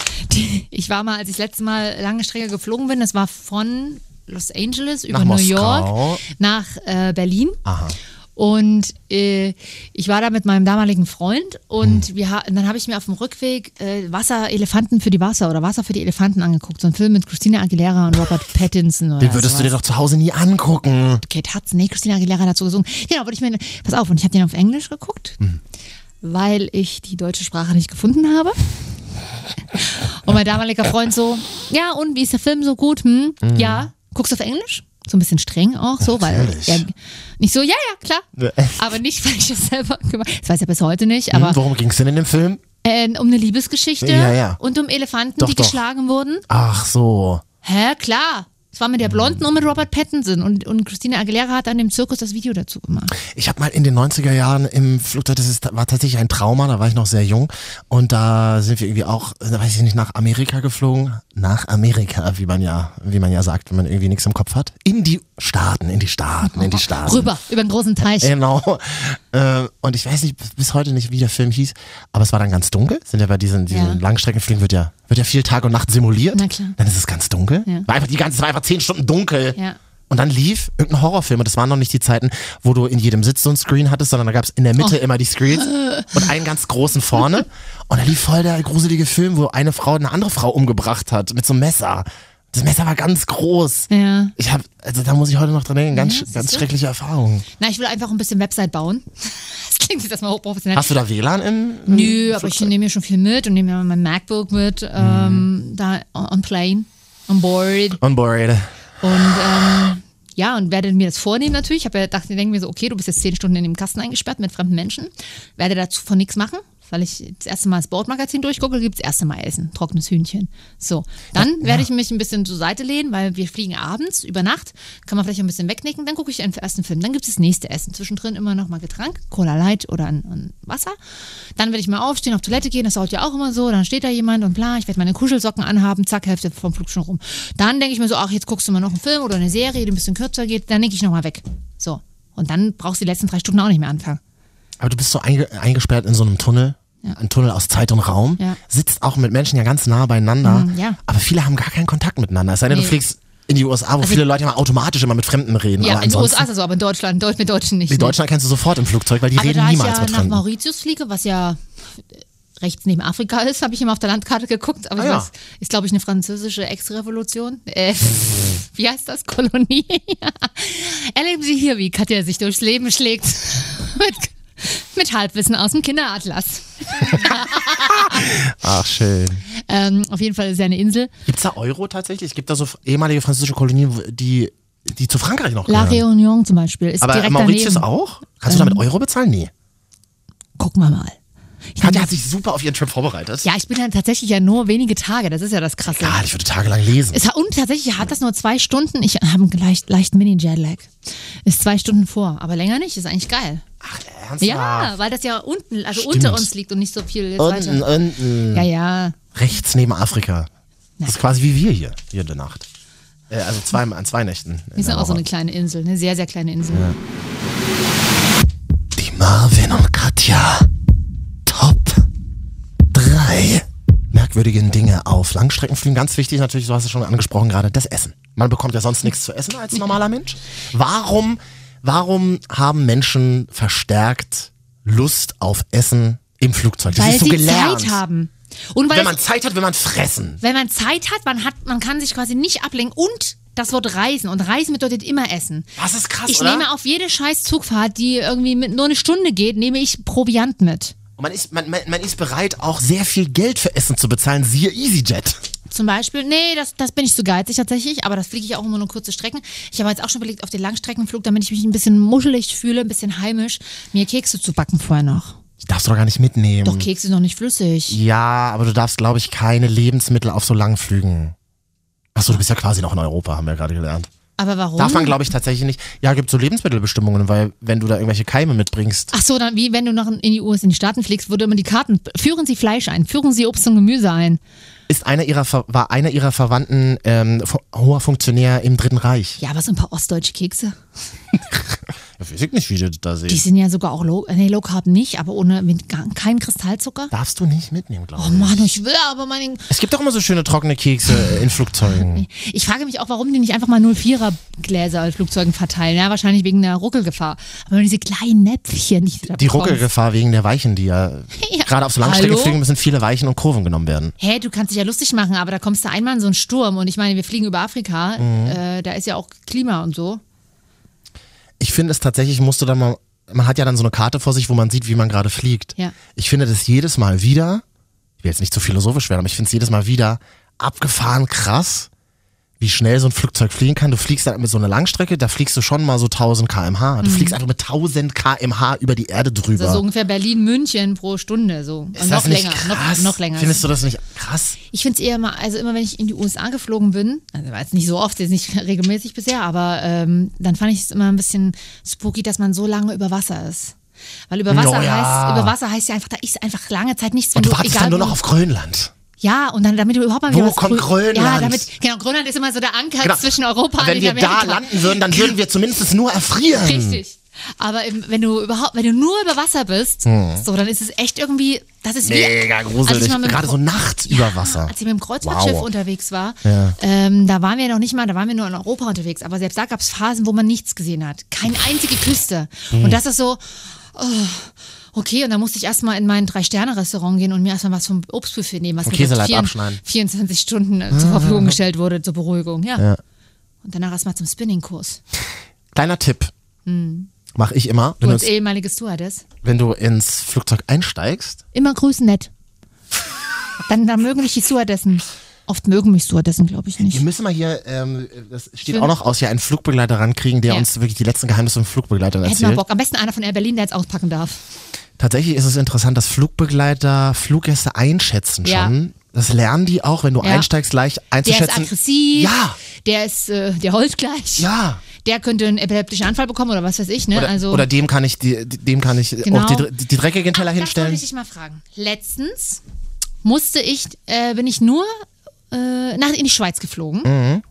D: Ich war mal, als ich das letzte Mal lange Strecke geflogen bin, das war von Los Angeles über
H: Nach
D: New
H: Moskau.
D: York nach äh, Berlin.
H: Aha.
D: Und äh, ich war da mit meinem damaligen Freund
H: Hm.
D: und wir ha und dann habe ich mir auf dem Rückweg äh, Wasserelefanten für die Wasser oder Wasser für die Elefanten angeguckt. So ein Film mit Christina Aguilera und Robert Pattinson. Oder
H: Den würdest du dir doch zu Hause nie angucken.
D: Kate Hudson, nee, Christina Aguilera dazu gesungen. Genau, wollte ich mir. Pass auf, und ich habe den auf Englisch geguckt,
H: Mhm.
D: weil ich die deutsche Sprache nicht gefunden habe. Und mein damaliger Freund so, ja, und wie ist der Film so gut? Hm?
K: Mhm.
D: Ja, guckst du auf Englisch? So ein bisschen streng auch, so,
K: Natürlich.
D: weil er nicht so, ja, ja, klar. Aber nicht, weil ich das selber gemacht habe. Das weiß er bis heute nicht, aber
H: Hm, worum ging es denn in dem Film?
D: äh, um eine Liebesgeschichte
H: Ja, ja.
D: und um Elefanten,
H: Doch,
D: die
H: doch.
D: geschlagen wurden.
H: Ach so.
D: Hä, klar. Es war mit der Blonden und mit Robert Pattinson. Und, und Christina Aguilera hat an dem Zirkus das Video dazu gemacht.
H: Ich habe mal in den 90er Jahren im Flugzeug, das ist, war tatsächlich ein Trauma, da war ich noch sehr jung. Und da sind wir irgendwie auch, da weiß ich nicht, nach Amerika geflogen. Nach Amerika, wie man ja, wie man ja sagt, wenn man irgendwie nichts im Kopf hat. In die Staaten, in die Staaten, in die Staaten.
D: Rüber, über den großen Teich.
H: Genau. Äh, Und ich weiß nicht bis heute nicht, wie der Film hieß, aber es war dann ganz dunkel. Sind ja bei diesen, diesen
D: Ja.
H: Langstreckenflügen wird ja, wird ja viel Tag und Nacht simuliert.
D: Na klar.
H: Dann ist es ganz dunkel.
D: Ja.
H: War einfach die ganze, es war einfach zehn Stunden dunkel.
D: Ja.
H: Und dann lief irgendein Horrorfilm und das waren noch nicht die Zeiten, wo du in jedem Sitz so ein Screen hattest, sondern da gab es in der Mitte
D: Oh.
H: immer die Screens und einen ganz großen vorne. Und da lief voll der gruselige Film, wo eine Frau eine andere Frau umgebracht hat mit so einem Messer. Das Messer war ganz groß.
D: Ja.
H: Ich habe, also da muss ich heute noch dran denken, ganz,
D: Ja, siehst
H: ganz
D: du?
H: schreckliche Erfaung.
D: Na, ich will einfach ein bisschen Website bauen. Das klingt jetzt erstmal hochprofessionell.
H: Hast du da WLAN im? im
D: Nö, aber ich nehme mir schon viel mit und nehme mir mein MacBook mit,
H: Mhm.
D: ähm, da on plane, on board.
H: On board.
D: Und ähm, ja, und werde mir das vornehmen natürlich. Ich habe ja gedacht, ich denke mir so, okay, du bist jetzt zehn Stunden in dem Kasten eingesperrt mit fremden Menschen. Werde dazu von nichts machen, weil ich das erste Mal das Bordmagazin durchgucke, gibt das erste Mal Essen, trockenes Hühnchen. So, dann werde ich mich ein bisschen zur Seite lehnen, weil wir fliegen abends, über Nacht, kann man vielleicht ein bisschen wegnicken, dann gucke ich den ersten Film, dann gibt es das nächste Essen. Zwischendrin immer nochmal Getränk, Cola Light oder ein, ein Wasser. Dann werde ich mal aufstehen, auf Toilette gehen, das dauert ja auch immer so, dann steht da jemand und bla, ich werde meine Kuschelsocken anhaben, zack, Hälfte vom Flug schon rum. Dann denke ich mir so, ach, jetzt guckst du mal noch einen Film oder eine Serie, die ein bisschen kürzer geht, dann denke ich nochmal weg. So. Und dann brauchst du die letzten drei Stunden auch nicht mehr anfangen.
H: Aber du bist so einge eingesperrt in so einem Tunnel. Ein Tunnel aus Zeit und Raum.
D: Ja.
H: Sitzt auch mit Menschen ja ganz nah beieinander.
D: Mhm, ja.
H: Aber viele haben gar keinen Kontakt miteinander. Es sei denn,
D: Nee.
H: du fliegst in die USA, wo
D: Also-
H: viele Leute immer automatisch immer mit Fremden reden.
D: Ja,
H: aber
D: in den
H: ansonsten,
D: USA ist das so, aber in Deutschland, Deut- mit Deutschen nicht.
H: die
D: ne?
H: Deutschen erkennst du sofort im Flugzeug, weil die
D: aber
H: reden
D: da
H: niemals
D: ich ja
H: mit
D: nach
H: Fremden.
D: Mauritius fliege, was ja äh, rechts neben Afrika ist, habe ich immer auf der Landkarte geguckt. Aber
H: Ah,
D: ich
H: ja.
D: weiß, ist, glaube ich, eine französische Ex-Revolution. Äh, wie heißt das? Kolonie? Erleben Sie hier, wie Katja sich durchs Leben schlägt. mit, mit Halbwissen aus dem Kinderatlas.
H: Ach, schön.
D: Ähm, auf jeden Fall ist ja eine Insel.
H: Gibt's da Euro tatsächlich? Es gibt da so ehemalige französische Kolonien, wo- die, die zu Frankreich noch
D: La
H: gehören.
D: Réunion zum Beispiel ist
H: aber
D: direkt
H: Mauritius
D: daneben. Ähm.
H: auch? Kannst du damit Euro bezahlen? Nee.
D: Gucken wir mal.
H: Katja hat sich super auf ihren Trip vorbereitet.
D: Ja, ich bin dann tatsächlich ja nur wenige Tage. Das ist ja das Krasse.
H: Ah, ich würde tagelang lesen.
D: Es, hat- und tatsächlich hat das nur zwei Stunden. Ich habe einen leicht, leichten Mini-Jetlag. Ist zwei Stunden vor, aber länger nicht. Ist eigentlich geil. Ach,
H: ernsthaft?
D: Ja, weil das ja unten, also
H: Stimmt.
D: unter uns liegt und nicht so viel jetzt
H: Unten,
D: weiter.
H: unten.
D: Ja, ja.
H: Rechts neben Afrika. Das ist quasi wie wir hier, jede Nacht. Äh, also zwei, an zwei Nächten. in
D: Ist ja
H: der
D: auch so
H: Woche.
D: eine kleine Insel, eine sehr, sehr kleine Insel.
A: Die Marvin und Katja.
H: Top drei merkwürdigen Dinge auf Langstreckenflügen. Ganz wichtig natürlich, du hast es schon angesprochen gerade, das Essen. Man bekommt ja sonst nichts zu essen als normaler Mensch. Warum, warum haben Menschen verstärkt Lust auf Essen im Flugzeug? Das
D: Weil
H: ist so
D: sie
H: gelernt.
D: Zeit haben. Und weil
H: Wenn man
D: es-
H: Zeit hat, will man fressen.
D: Wenn man Zeit hat, man, hat, man kann sich quasi nicht ablenken und das Wort Reisen. Und Reisen bedeutet immer Essen.
H: Das ist krass,
D: Ich
H: oder?
D: nehme auf jede scheiß Zugfahrt, die irgendwie mit nur eine Stunde geht, nehme ich Proviant mit.
H: Und man ist, man, man, man ist bereit, auch sehr viel Geld für Essen zu bezahlen, siehe EasyJet.
D: Zum Beispiel, nee, das, das bin ich zu geizig tatsächlich, aber das fliege ich auch immer nur kurze Strecken. Ich habe jetzt auch schon überlegt, auf den Langstreckenflug, damit ich mich ein bisschen muschelig fühle, ein bisschen heimisch, mir Kekse zu backen vorher noch.
H: Ich darf's doch gar nicht mitnehmen.
D: Doch, Kekse sind noch nicht flüssig.
H: Ja, aber du darfst, glaube ich, keine Lebensmittel auf so langen Flügen. Achso, du bist ja quasi noch in Europa, haben wir gerade gelernt.
D: Aber warum?
H: Darf man, glaube ich, tatsächlich nicht. Ja, gibt so Lebensmittelbestimmungen, weil wenn du da irgendwelche Keime mitbringst.
D: Ach so, dann wie wenn du noch in die US, in die Staaten fliegst, würde immer die Karten, führen Sie Fleisch ein, führen Sie Obst und Gemüse ein.
H: Ist einer ihrer, Ver- war einer ihrer Verwandten ähm, fu- hoher Funktionär im Dritten Reich?
D: Ja, aber so ein paar ostdeutsche Kekse.
H: Ich weiß nicht, wie du das da
D: Die
H: siehst.
D: sind ja sogar auch low, nee, low carb nicht, aber ohne mit gar- kein Kristallzucker.
H: Darfst du nicht mitnehmen, glaube
D: Oh Mann, ich will aber meinen.
H: ich. Es gibt doch immer so schöne trockene Kekse äh, in Flugzeugen.
D: Ich frage mich auch, warum die nicht einfach mal 04er Gläser in Flugzeugen verteilen. Ja, wahrscheinlich wegen der Ruckelgefahr. Aber nur diese kleinen Näpfchen, die du da
H: Die
D: bekommst.
H: Ruckelgefahr wegen der Weichen, die ja,
D: Ja.
H: gerade auf so
D: Hallo?
H: Langstreckenflügen müssen viele Weichen und Kurven genommen werden.
D: Hä, du kannst dich ja lustig machen, aber da kommst du einmal in so einen Sturm. Und ich meine, wir fliegen über Afrika,
H: Mhm.
D: äh, da ist ja auch Klima und so.
H: Ich finde es tatsächlich, musst du dann mal, man hat ja dann so eine Karte vor sich, wo man sieht, wie man gerade fliegt.
D: Ja.
H: Ich finde das jedes Mal wieder, ich will jetzt nicht zu philosophisch werden, aber ich finde es jedes Mal wieder abgefahren krass, wie schnell so ein Flugzeug fliegen kann. Du fliegst dann mit so einer Langstrecke, da fliegst du schon mal so 1000 kmh. Du
D: Mhm.
H: fliegst einfach mit 1000 kmh über die Erde drüber.
D: Also so ungefähr Berlin, München pro Stunde. So.
H: Ist das nicht
D: länger,
H: krass?
D: Noch, noch länger.
H: Findest du das nicht krass?
D: Ich finde es eher mal, also immer wenn ich in die USA geflogen bin, also war jetzt nicht so oft, jetzt nicht regelmäßig bisher, aber ähm, dann fand ich es immer ein bisschen spooky, dass man so lange über Wasser ist. Weil über Wasser,
H: No, ja.
D: heißt, über Wasser heißt ja einfach, da ist einfach lange Zeit nichts. Wenn
H: Und du
D: du,
H: wartest
D: egal
H: dann nur
D: wo-
H: noch auf Grönland.
D: Ja, und dann, damit du überhaupt mal
H: Wo
D: wieder was
H: kommt
D: Grö-
H: Grönland?
D: Ja, damit, genau, Grönland ist immer so der Anker
H: Genau.
D: Halt zwischen Europa
H: Wenn
D: und
H: wir
D: Amerika.
H: da landen würden, dann würden wir zumindest nur erfrieren.
D: Richtig. Aber eben, wenn du überhaupt, wenn du nur über Wasser bist,
H: Hm.
D: so, dann ist es echt irgendwie, das ist
H: Mega
D: wie, Als
H: gruselig.
D: Also ich mal mit dem
H: Gerade so
D: Kro-
H: nachts über Wasser.
D: als ich mit dem Kreuzfahrtschiff
H: Wow.
D: unterwegs war,
H: Ja.
D: ähm, da waren wir noch nicht mal, da waren wir nur in Europa unterwegs, aber selbst da gab es Phasen, wo man nichts gesehen hat. Keine einzige Küste.
K: Hm.
D: Und das ist so, oh, okay, und dann musste ich erstmal in mein Drei-Sterne-Restaurant gehen und mir erstmal was vom Obstbuffet nehmen, was
H: Ein
D: mir seit
H: Käseleib
D: vier-
H: abschneiden.
D: 24 Stunden äh,
H: Ah.
D: zur Verfügung gestellt wurde, zur Beruhigung. Ja.
H: Ja.
D: Und danach erstmal zum Spinning-Kurs.
H: Kleiner Tipp,
D: Hm.
H: mache ich immer,
D: Du
H: wenn du,
D: als
H: ins,
D: ehemaliges Stewardess.
H: wenn du ins Flugzeug einsteigst.
D: Immer grüßen nett. Dann, dann mögen mich die Stewardessen. Oft mögen mich Stewardessen, glaube ich, nicht.
H: Wir müssen mal hier, ähm, das steht
D: Schön.
H: auch noch aus, hier einen Flugbegleiter rankriegen, der
D: Ja.
H: uns wirklich die letzten Geheimnisse von Flugbegleitern
D: Hätten wir
H: erzählt.
D: Bock. Am besten einer von Air Berlin, der jetzt auspacken darf.
H: Tatsächlich ist es interessant, dass Flugbegleiter Fluggäste einschätzen
D: Ja.
H: schon. Das lernen die auch, wenn du
D: Ja.
H: einsteigst, leicht
D: Der ist
H: einzuschätzen.
D: aggressiv.
H: Ja.
D: Der ist, äh, der heult gleich.
H: Ja.
D: Der könnte einen epileptischen Anfall bekommen oder was weiß ich, ne?
H: oder,
D: also,
H: oder dem kann ich, die, dem kann ich
D: Genau.
H: auch die, dr- die dreckigen Teller
D: das wollte
H: hinstellen.
D: ich dich mal fragen. Letztens musste ich, äh, bin ich nur äh, nach, in die Schweiz geflogen
H: Mhm.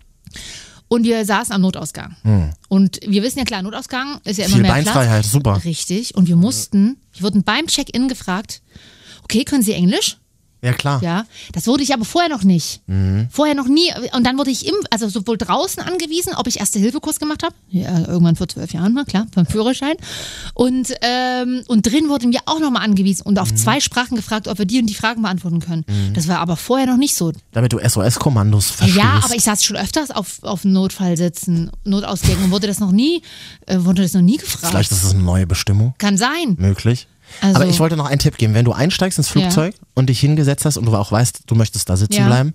D: und wir saßen am Notausgang.
H: Mhm.
D: Und wir wissen ja klar, Notausgang ist ja immer
H: Viel
D: mehr
H: Beinfreiheit,
D: Platz.
H: super.
D: Richtig. Und wir mussten, wir wurden beim Check-in gefragt, okay, können Sie Englisch?
H: Ja, klar.
D: Ja. Das wurde ich aber vorher noch nicht.
H: Mhm.
D: Vorher noch nie. Und dann wurde ich im, also sowohl draußen angewiesen, ob ich Erste-Hilfe-Kurs gemacht habe. Ja, irgendwann vor zwölf Jahren mal, klar, beim Führerschein. Und, ähm, und drin wurden wir auch nochmal angewiesen und auf zwei Sprachen gefragt, ob wir die und die Fragen beantworten können.
H: Mhm.
D: Das war aber vorher noch nicht so.
H: Damit du SOS-Kommandos verstehst.
D: Ja, aber ich saß schon öfters auf, auf Notfallsitzen, Notausgängen und wurde das noch nie, äh, wurde das noch nie gefragt.
H: Vielleicht ist es eine neue Bestimmung.
D: Kann sein.
H: Möglich.
D: Also-
H: Aber ich wollte noch einen Tipp geben. Wenn du einsteigst ins Flugzeug und dich hingesetzt hast und du auch weißt, du möchtest da sitzen
D: Ja.
H: bleiben,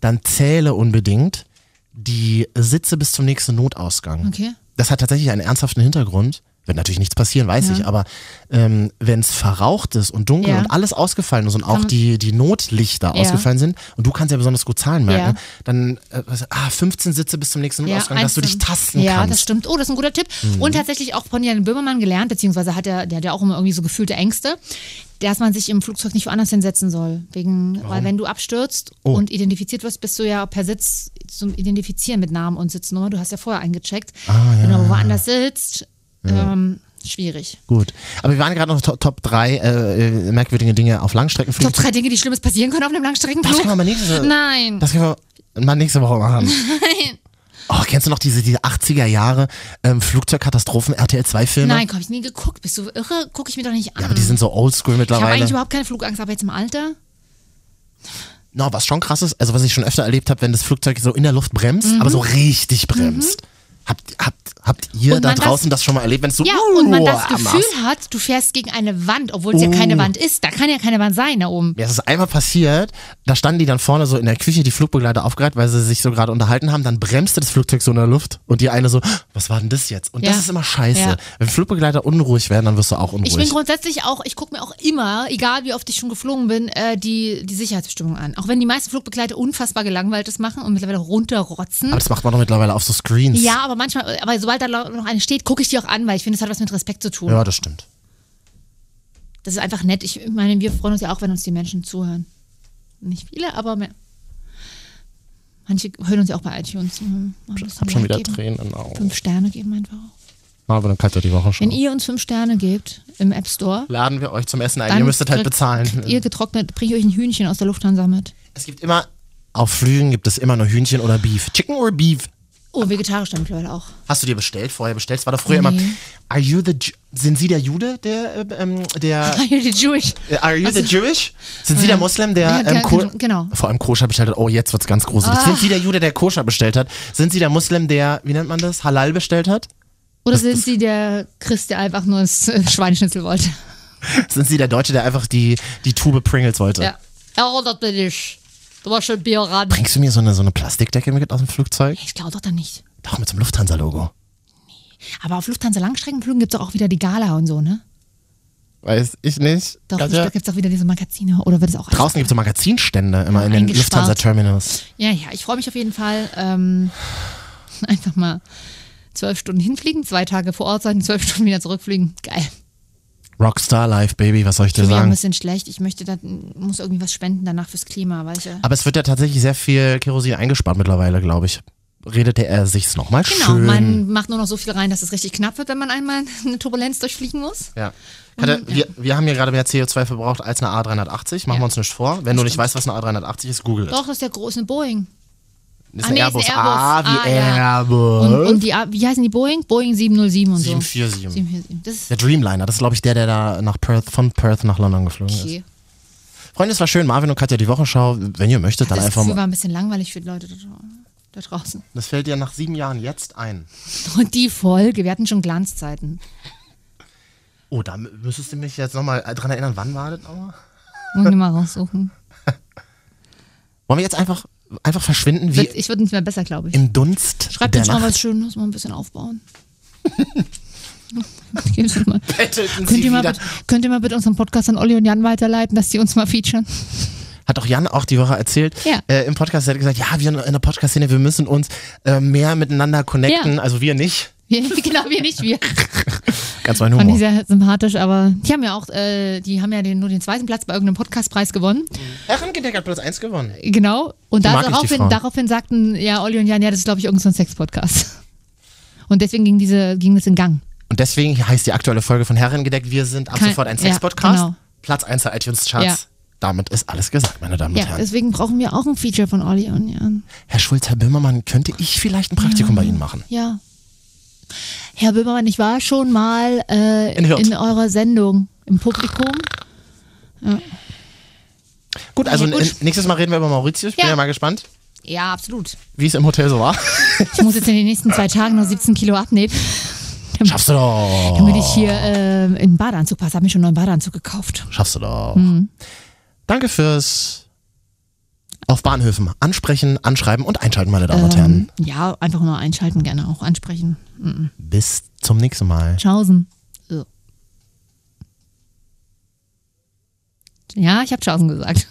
H: dann zähle unbedingt die Sitze bis zum nächsten Notausgang.
D: Okay.
H: Das hat tatsächlich einen ernsthaften Hintergrund. Wird natürlich nichts passieren, weiß
D: Ja.
H: ich, aber ähm, wenn es verraucht ist und dunkel
D: Ja.
H: und alles ausgefallen ist und
D: Kann
H: auch
D: man-
H: die, die Notlichter
D: Ja.
H: ausgefallen sind und du kannst ja besonders gut Zahlen merken,
D: Ja.
H: dann äh, was- ah, 15 Sitze bis zum nächsten Notausgang, dass du dich
D: einzeln.
H: tasten
D: ja, das
H: kannst.
D: stimmt. Oh, das ist ein guter Tipp.
H: Mhm.
D: Und tatsächlich auch von Jan Böhmermann gelernt, beziehungsweise hat er, der hat ja auch immer irgendwie so gefühlte Ängste. dass man sich im Flugzeug nicht woanders hinsetzen soll. Wegen, weil
H: Warum?
D: wenn du abstürzt
H: Genau. Oh.
D: und identifiziert wirst, bist du ja per Sitz zum Identifizieren mit Namen und Sitznummer. Du hast ja vorher eingecheckt.
H: Ah, ja,
D: wenn du
H: ja,
D: aber
H: ja.
D: woanders sitzt,
H: Ja.
D: ähm, schwierig.
H: Gut. Aber wir waren gerade noch to Top 3 äh, äh, merkwürdige Dinge auf Langstreckenflügen.
D: Top drei Dinge, die Schlimmes passieren können auf einem Langstreckenflug.
H: Das können wir mal nächste-
D: Nein.
H: Das können wir mal nächste Woche machen.
D: Nein.
H: Oh, kennst du noch diese, diese 80er Jahre ähm, Flugzeugkatastrophen RTL 2 Filme?
D: Nein, komm, hab ich nie geguckt. Bist du irre? Gucke ich mir doch nicht an.
H: Ja, aber die sind so oldschool
D: ich habe eigentlich
H: mittlerweile.
D: überhaupt keine Flugangst, aber jetzt im Alter.
H: No, was schon krass ist, also was ich schon öfter erlebt habe, wenn das Flugzeug so in der Luft bremst,
D: Mhm.
H: aber so richtig bremst. Habt, habt, habt ihr
D: Und
H: da
D: man das-
H: draußen das, schon mal erlebt, wenn es so uh,
D: ja, und man das
H: uah,
D: Gefühl
H: machst?
D: hat, du fährst gegen eine Wand, obwohl es ja
H: Uh.
D: keine Wand ist. Da kann ja keine Wand sein da oben.
H: Mir ist es einmal passiert, da standen die dann vorne so in der Küche, die Flugbegleiter aufgereiht, weil sie sich so gerade unterhalten haben, dann bremste das Flugzeug so in der Luft und die eine so, was war denn das jetzt? Und
D: Ja.
H: das ist immer scheiße.
D: Ja.
H: Wenn Flugbegleiter unruhig werden, dann wirst du auch unruhig.
D: Ich bin grundsätzlich auch, ich gucke mir auch immer, egal wie oft ich schon geflogen bin, äh, die, die Sicherheitsbestimmungen an. Auch wenn die meisten Flugbegleiter unfassbar gelangweiltes machen und mittlerweile runterrotzen.
H: aber das macht man doch mittlerweile auf so Screens.
D: ja, aber manchmal, aber sobald da lau- noch eine steht, gucke ich die auch an, weil ich finde, das hat was mit Respekt zu tun.
H: ja, das stimmt.
D: Das ist einfach nett. Ich meine, wir freuen uns ja auch, wenn uns die Menschen zuhören. Nicht viele, aber mehr. manche hören uns ja auch bei iTunes. Mhm. Mal ein bisschen
H: Hab schon
D: Like
H: wieder
D: geben.
H: Tränen in den Augen.
D: Fünf Sterne geben einfach auch.
H: Aber dann kalt die Woche
D: Wenn
H: schon.
D: ihr uns fünf Sterne gebt im App Store,
H: Laden wir euch zum Essen ein.
D: dann
H: Ihr müsstet halt
D: kriegt-
H: bezahlen.
D: kriegt ihr getrocknet, bringe ich euch ein Hühnchen aus der Lufthansa mit.
H: Es gibt immer, auf Flügen gibt es immer nur Hühnchen oder Beef. Chicken or Beef?
D: Oh, vegetarisch dann mittlerweile auch.
H: Hast du dir bestellt, vorher bestellt? Es war doch früher immer,
D: Nee.
H: are you the, Ju- sind Sie der Jude, der, äh, ähm, der,
D: Are you the Jewish?
H: äh, are you the
D: Also-
H: Jewish? Sind Sie
D: Ja.
H: der Muslim, der,
D: Mhm. Ja,
H: ähm,
D: ge-
H: Ko-
D: genau.
H: vor allem Koscher bestellt hat? Oh, jetzt wird's ganz gruselig.
D: Ah.
H: Sind Sie der Jude, der Koscher bestellt hat? Sind Sie der Muslim, der, wie nennt man das, Halal bestellt hat?
D: Oder sind sie der Christ, der einfach nur das äh, Schweinschnitzel wollte?
H: Sind Sie der Deutsche, der einfach die, die Tube Pringles wollte?
D: Ja. Oh, das bin ich. Du warst schon Bier ran.
H: Bringst du mir so eine, so eine Plastikdecke mit aus dem Flugzeug?
D: Ich glaube doch dann nicht.
H: Doch, mit so einem Lufthansa-Logo.
D: Aber auf Lufthansa-Langstreckenflügen gibt es auch wieder die Gala und so, ne?
H: Weiß ich nicht. Also
D: Doch,
H: Katja?
D: ja. gibt es auch wieder diese Magazine. Oder wird es auch.
H: Draußen gibt es so Magazinstände immer in den
D: eingespart.
H: Lufthansa-Terminals.
D: Ja, ja, ich freue mich auf jeden Fall. Ähm, einfach mal zwölf Stunden hinfliegen, zwei Tage vor Ort sein, zwölf Stunden wieder zurückfliegen. Geil.
H: Rockstar Life, Baby, was soll ich
D: Ich
H: dir
D: bin ja ein
H: sagen?
D: bisschen schlecht. Ich möchte, da muss irgendwie was spenden danach fürs Klima, weil ich äh, ja.
H: Aber es wird ja tatsächlich sehr viel Kerosin eingespart mittlerweile, glaube ich. Redete er sich's nochmal
D: Genau,
H: schön.
D: man macht nur noch so viel rein, dass es richtig knapp wird, wenn man einmal eine Turbulenz durchfliegen muss.
H: ja. Katja,
D: Mhm, ja.
H: wir, wir haben hier gerade mehr CO2 verbraucht als eine A380. Machen wir uns nicht vor. Wenn du nicht weißt, was eine A380 ist, google es.
D: Doch, das ist der große Boeing.
H: Das
D: Ah,
H: ist ein
D: nee,
H: Airbus.
D: ist ein Airbus.
H: Ah, wie
D: Ah, ja.
H: Airbus.
D: Und, und die, wie heißen die Boeing? Boeing 707 und so.
H: 747.
D: 747. Das ist
H: der Dreamliner, das ist, glaube ich, der, der da nach Perth, von Perth nach London geflogen ist.
D: okay.
H: Freunde, es war schön. Marvin und Katja, die Wochenschau. Wenn ihr möchtet, dann
D: Das
H: einfach
D: Gefühl war
H: mal.
D: ein bisschen langweilig für die Leute da, dra- da draußen.
H: Das fällt dir nach sieben Jahren jetzt ein.
D: Und die Folge, wir hatten schon Glanzzeiten.
H: Oh, da mü- müsstest du mich jetzt nochmal dran erinnern, wann war das nochmal?
D: Muss ich mal raussuchen.
H: Wollen wir jetzt einfach, einfach verschwinden wie
D: Wird, ich würde nicht mehr besser, glaube ich.
H: im Dunst
D: Schreibt
H: der
D: uns mal
H: Nacht?
D: was Schönes, mal ein bisschen aufbauen. Gebt uns mal.
H: Bettelten
D: Könnt ihr, mal
H: wieder.
D: bitte, könnt ihr mal bitte unseren Podcast an Olli und Jan weiterleiten, dass die uns mal featuren?
H: Hat doch Jan auch die Woche erzählt
D: Ja.
H: äh, im Podcast. Er hat gesagt, ja, wir in der Podcast-Szene, wir müssen uns äh, mehr miteinander connecten.
D: Ja.
H: Also wir nicht.
D: Wir, genau, wir nicht, wir.
H: Oh. Ganz mein
D: Fand ich
H: Humor.
D: sehr sympathisch, aber die haben ja auch, äh, die haben ja den, nur den zweiten Platz bei irgendeinem Podcastpreis gewonnen.
H: Herr Rangedeck hat Platz 1 gewonnen.
D: Genau. Und
H: Die
D: da,
H: mag ich, die
D: daraufhin,
H: Frauen.
D: daraufhin sagten ja Olli und Jan, ja, das ist, glaube ich, irgendein so ein Sex-Podcast. Und deswegen ging, diese, ging das in Gang.
H: Und deswegen heißt die aktuelle Folge von Herrengedeck, wir sind ab
D: Kein-
H: sofort ein
D: ja,
H: Sex-Podcast.
D: genau.
H: Platz 1 der iTunes-Charts.
D: Ja.
H: Damit ist alles gesagt, meine Damen und
D: Ja,
H: Herren.
D: deswegen brauchen wir auch ein Feature von Olli und Jan.
H: Herr Schulz, Herr Böhmermann, könnte ich vielleicht ein Praktikum bei Ihnen machen?
D: Ja. Herr Böhmermann, ich war schon mal äh,
H: In
D: in,
H: Hürth.
D: eurer Sendung im Publikum.
H: Gut, also
D: Ja, gut.
H: n- nächstes Mal reden wir über Mauritius. Ich bin
D: Ja.
H: ja mal gespannt,
D: Ja, absolut.
H: wie es im Hotel so war.
D: Ich muss jetzt in den nächsten zwei Tagen noch 17 Kilo abnehmen,
H: Schaffst du doch.
D: damit ich hier äh, in einen Badeanzug passe. Hab mir schon einen neuen Badeanzug gekauft.
H: Schaffst du doch. Danke fürs auf Bahnhöfen ansprechen, anschreiben und einschalten, meine Damen und
D: Ähm,
H: Herren.
D: ja, einfach mal einschalten, gerne auch ansprechen. Mhm.
H: Bis zum nächsten Mal.
D: Tschaußen. So. Ja, ich habe Tschaußen gesagt.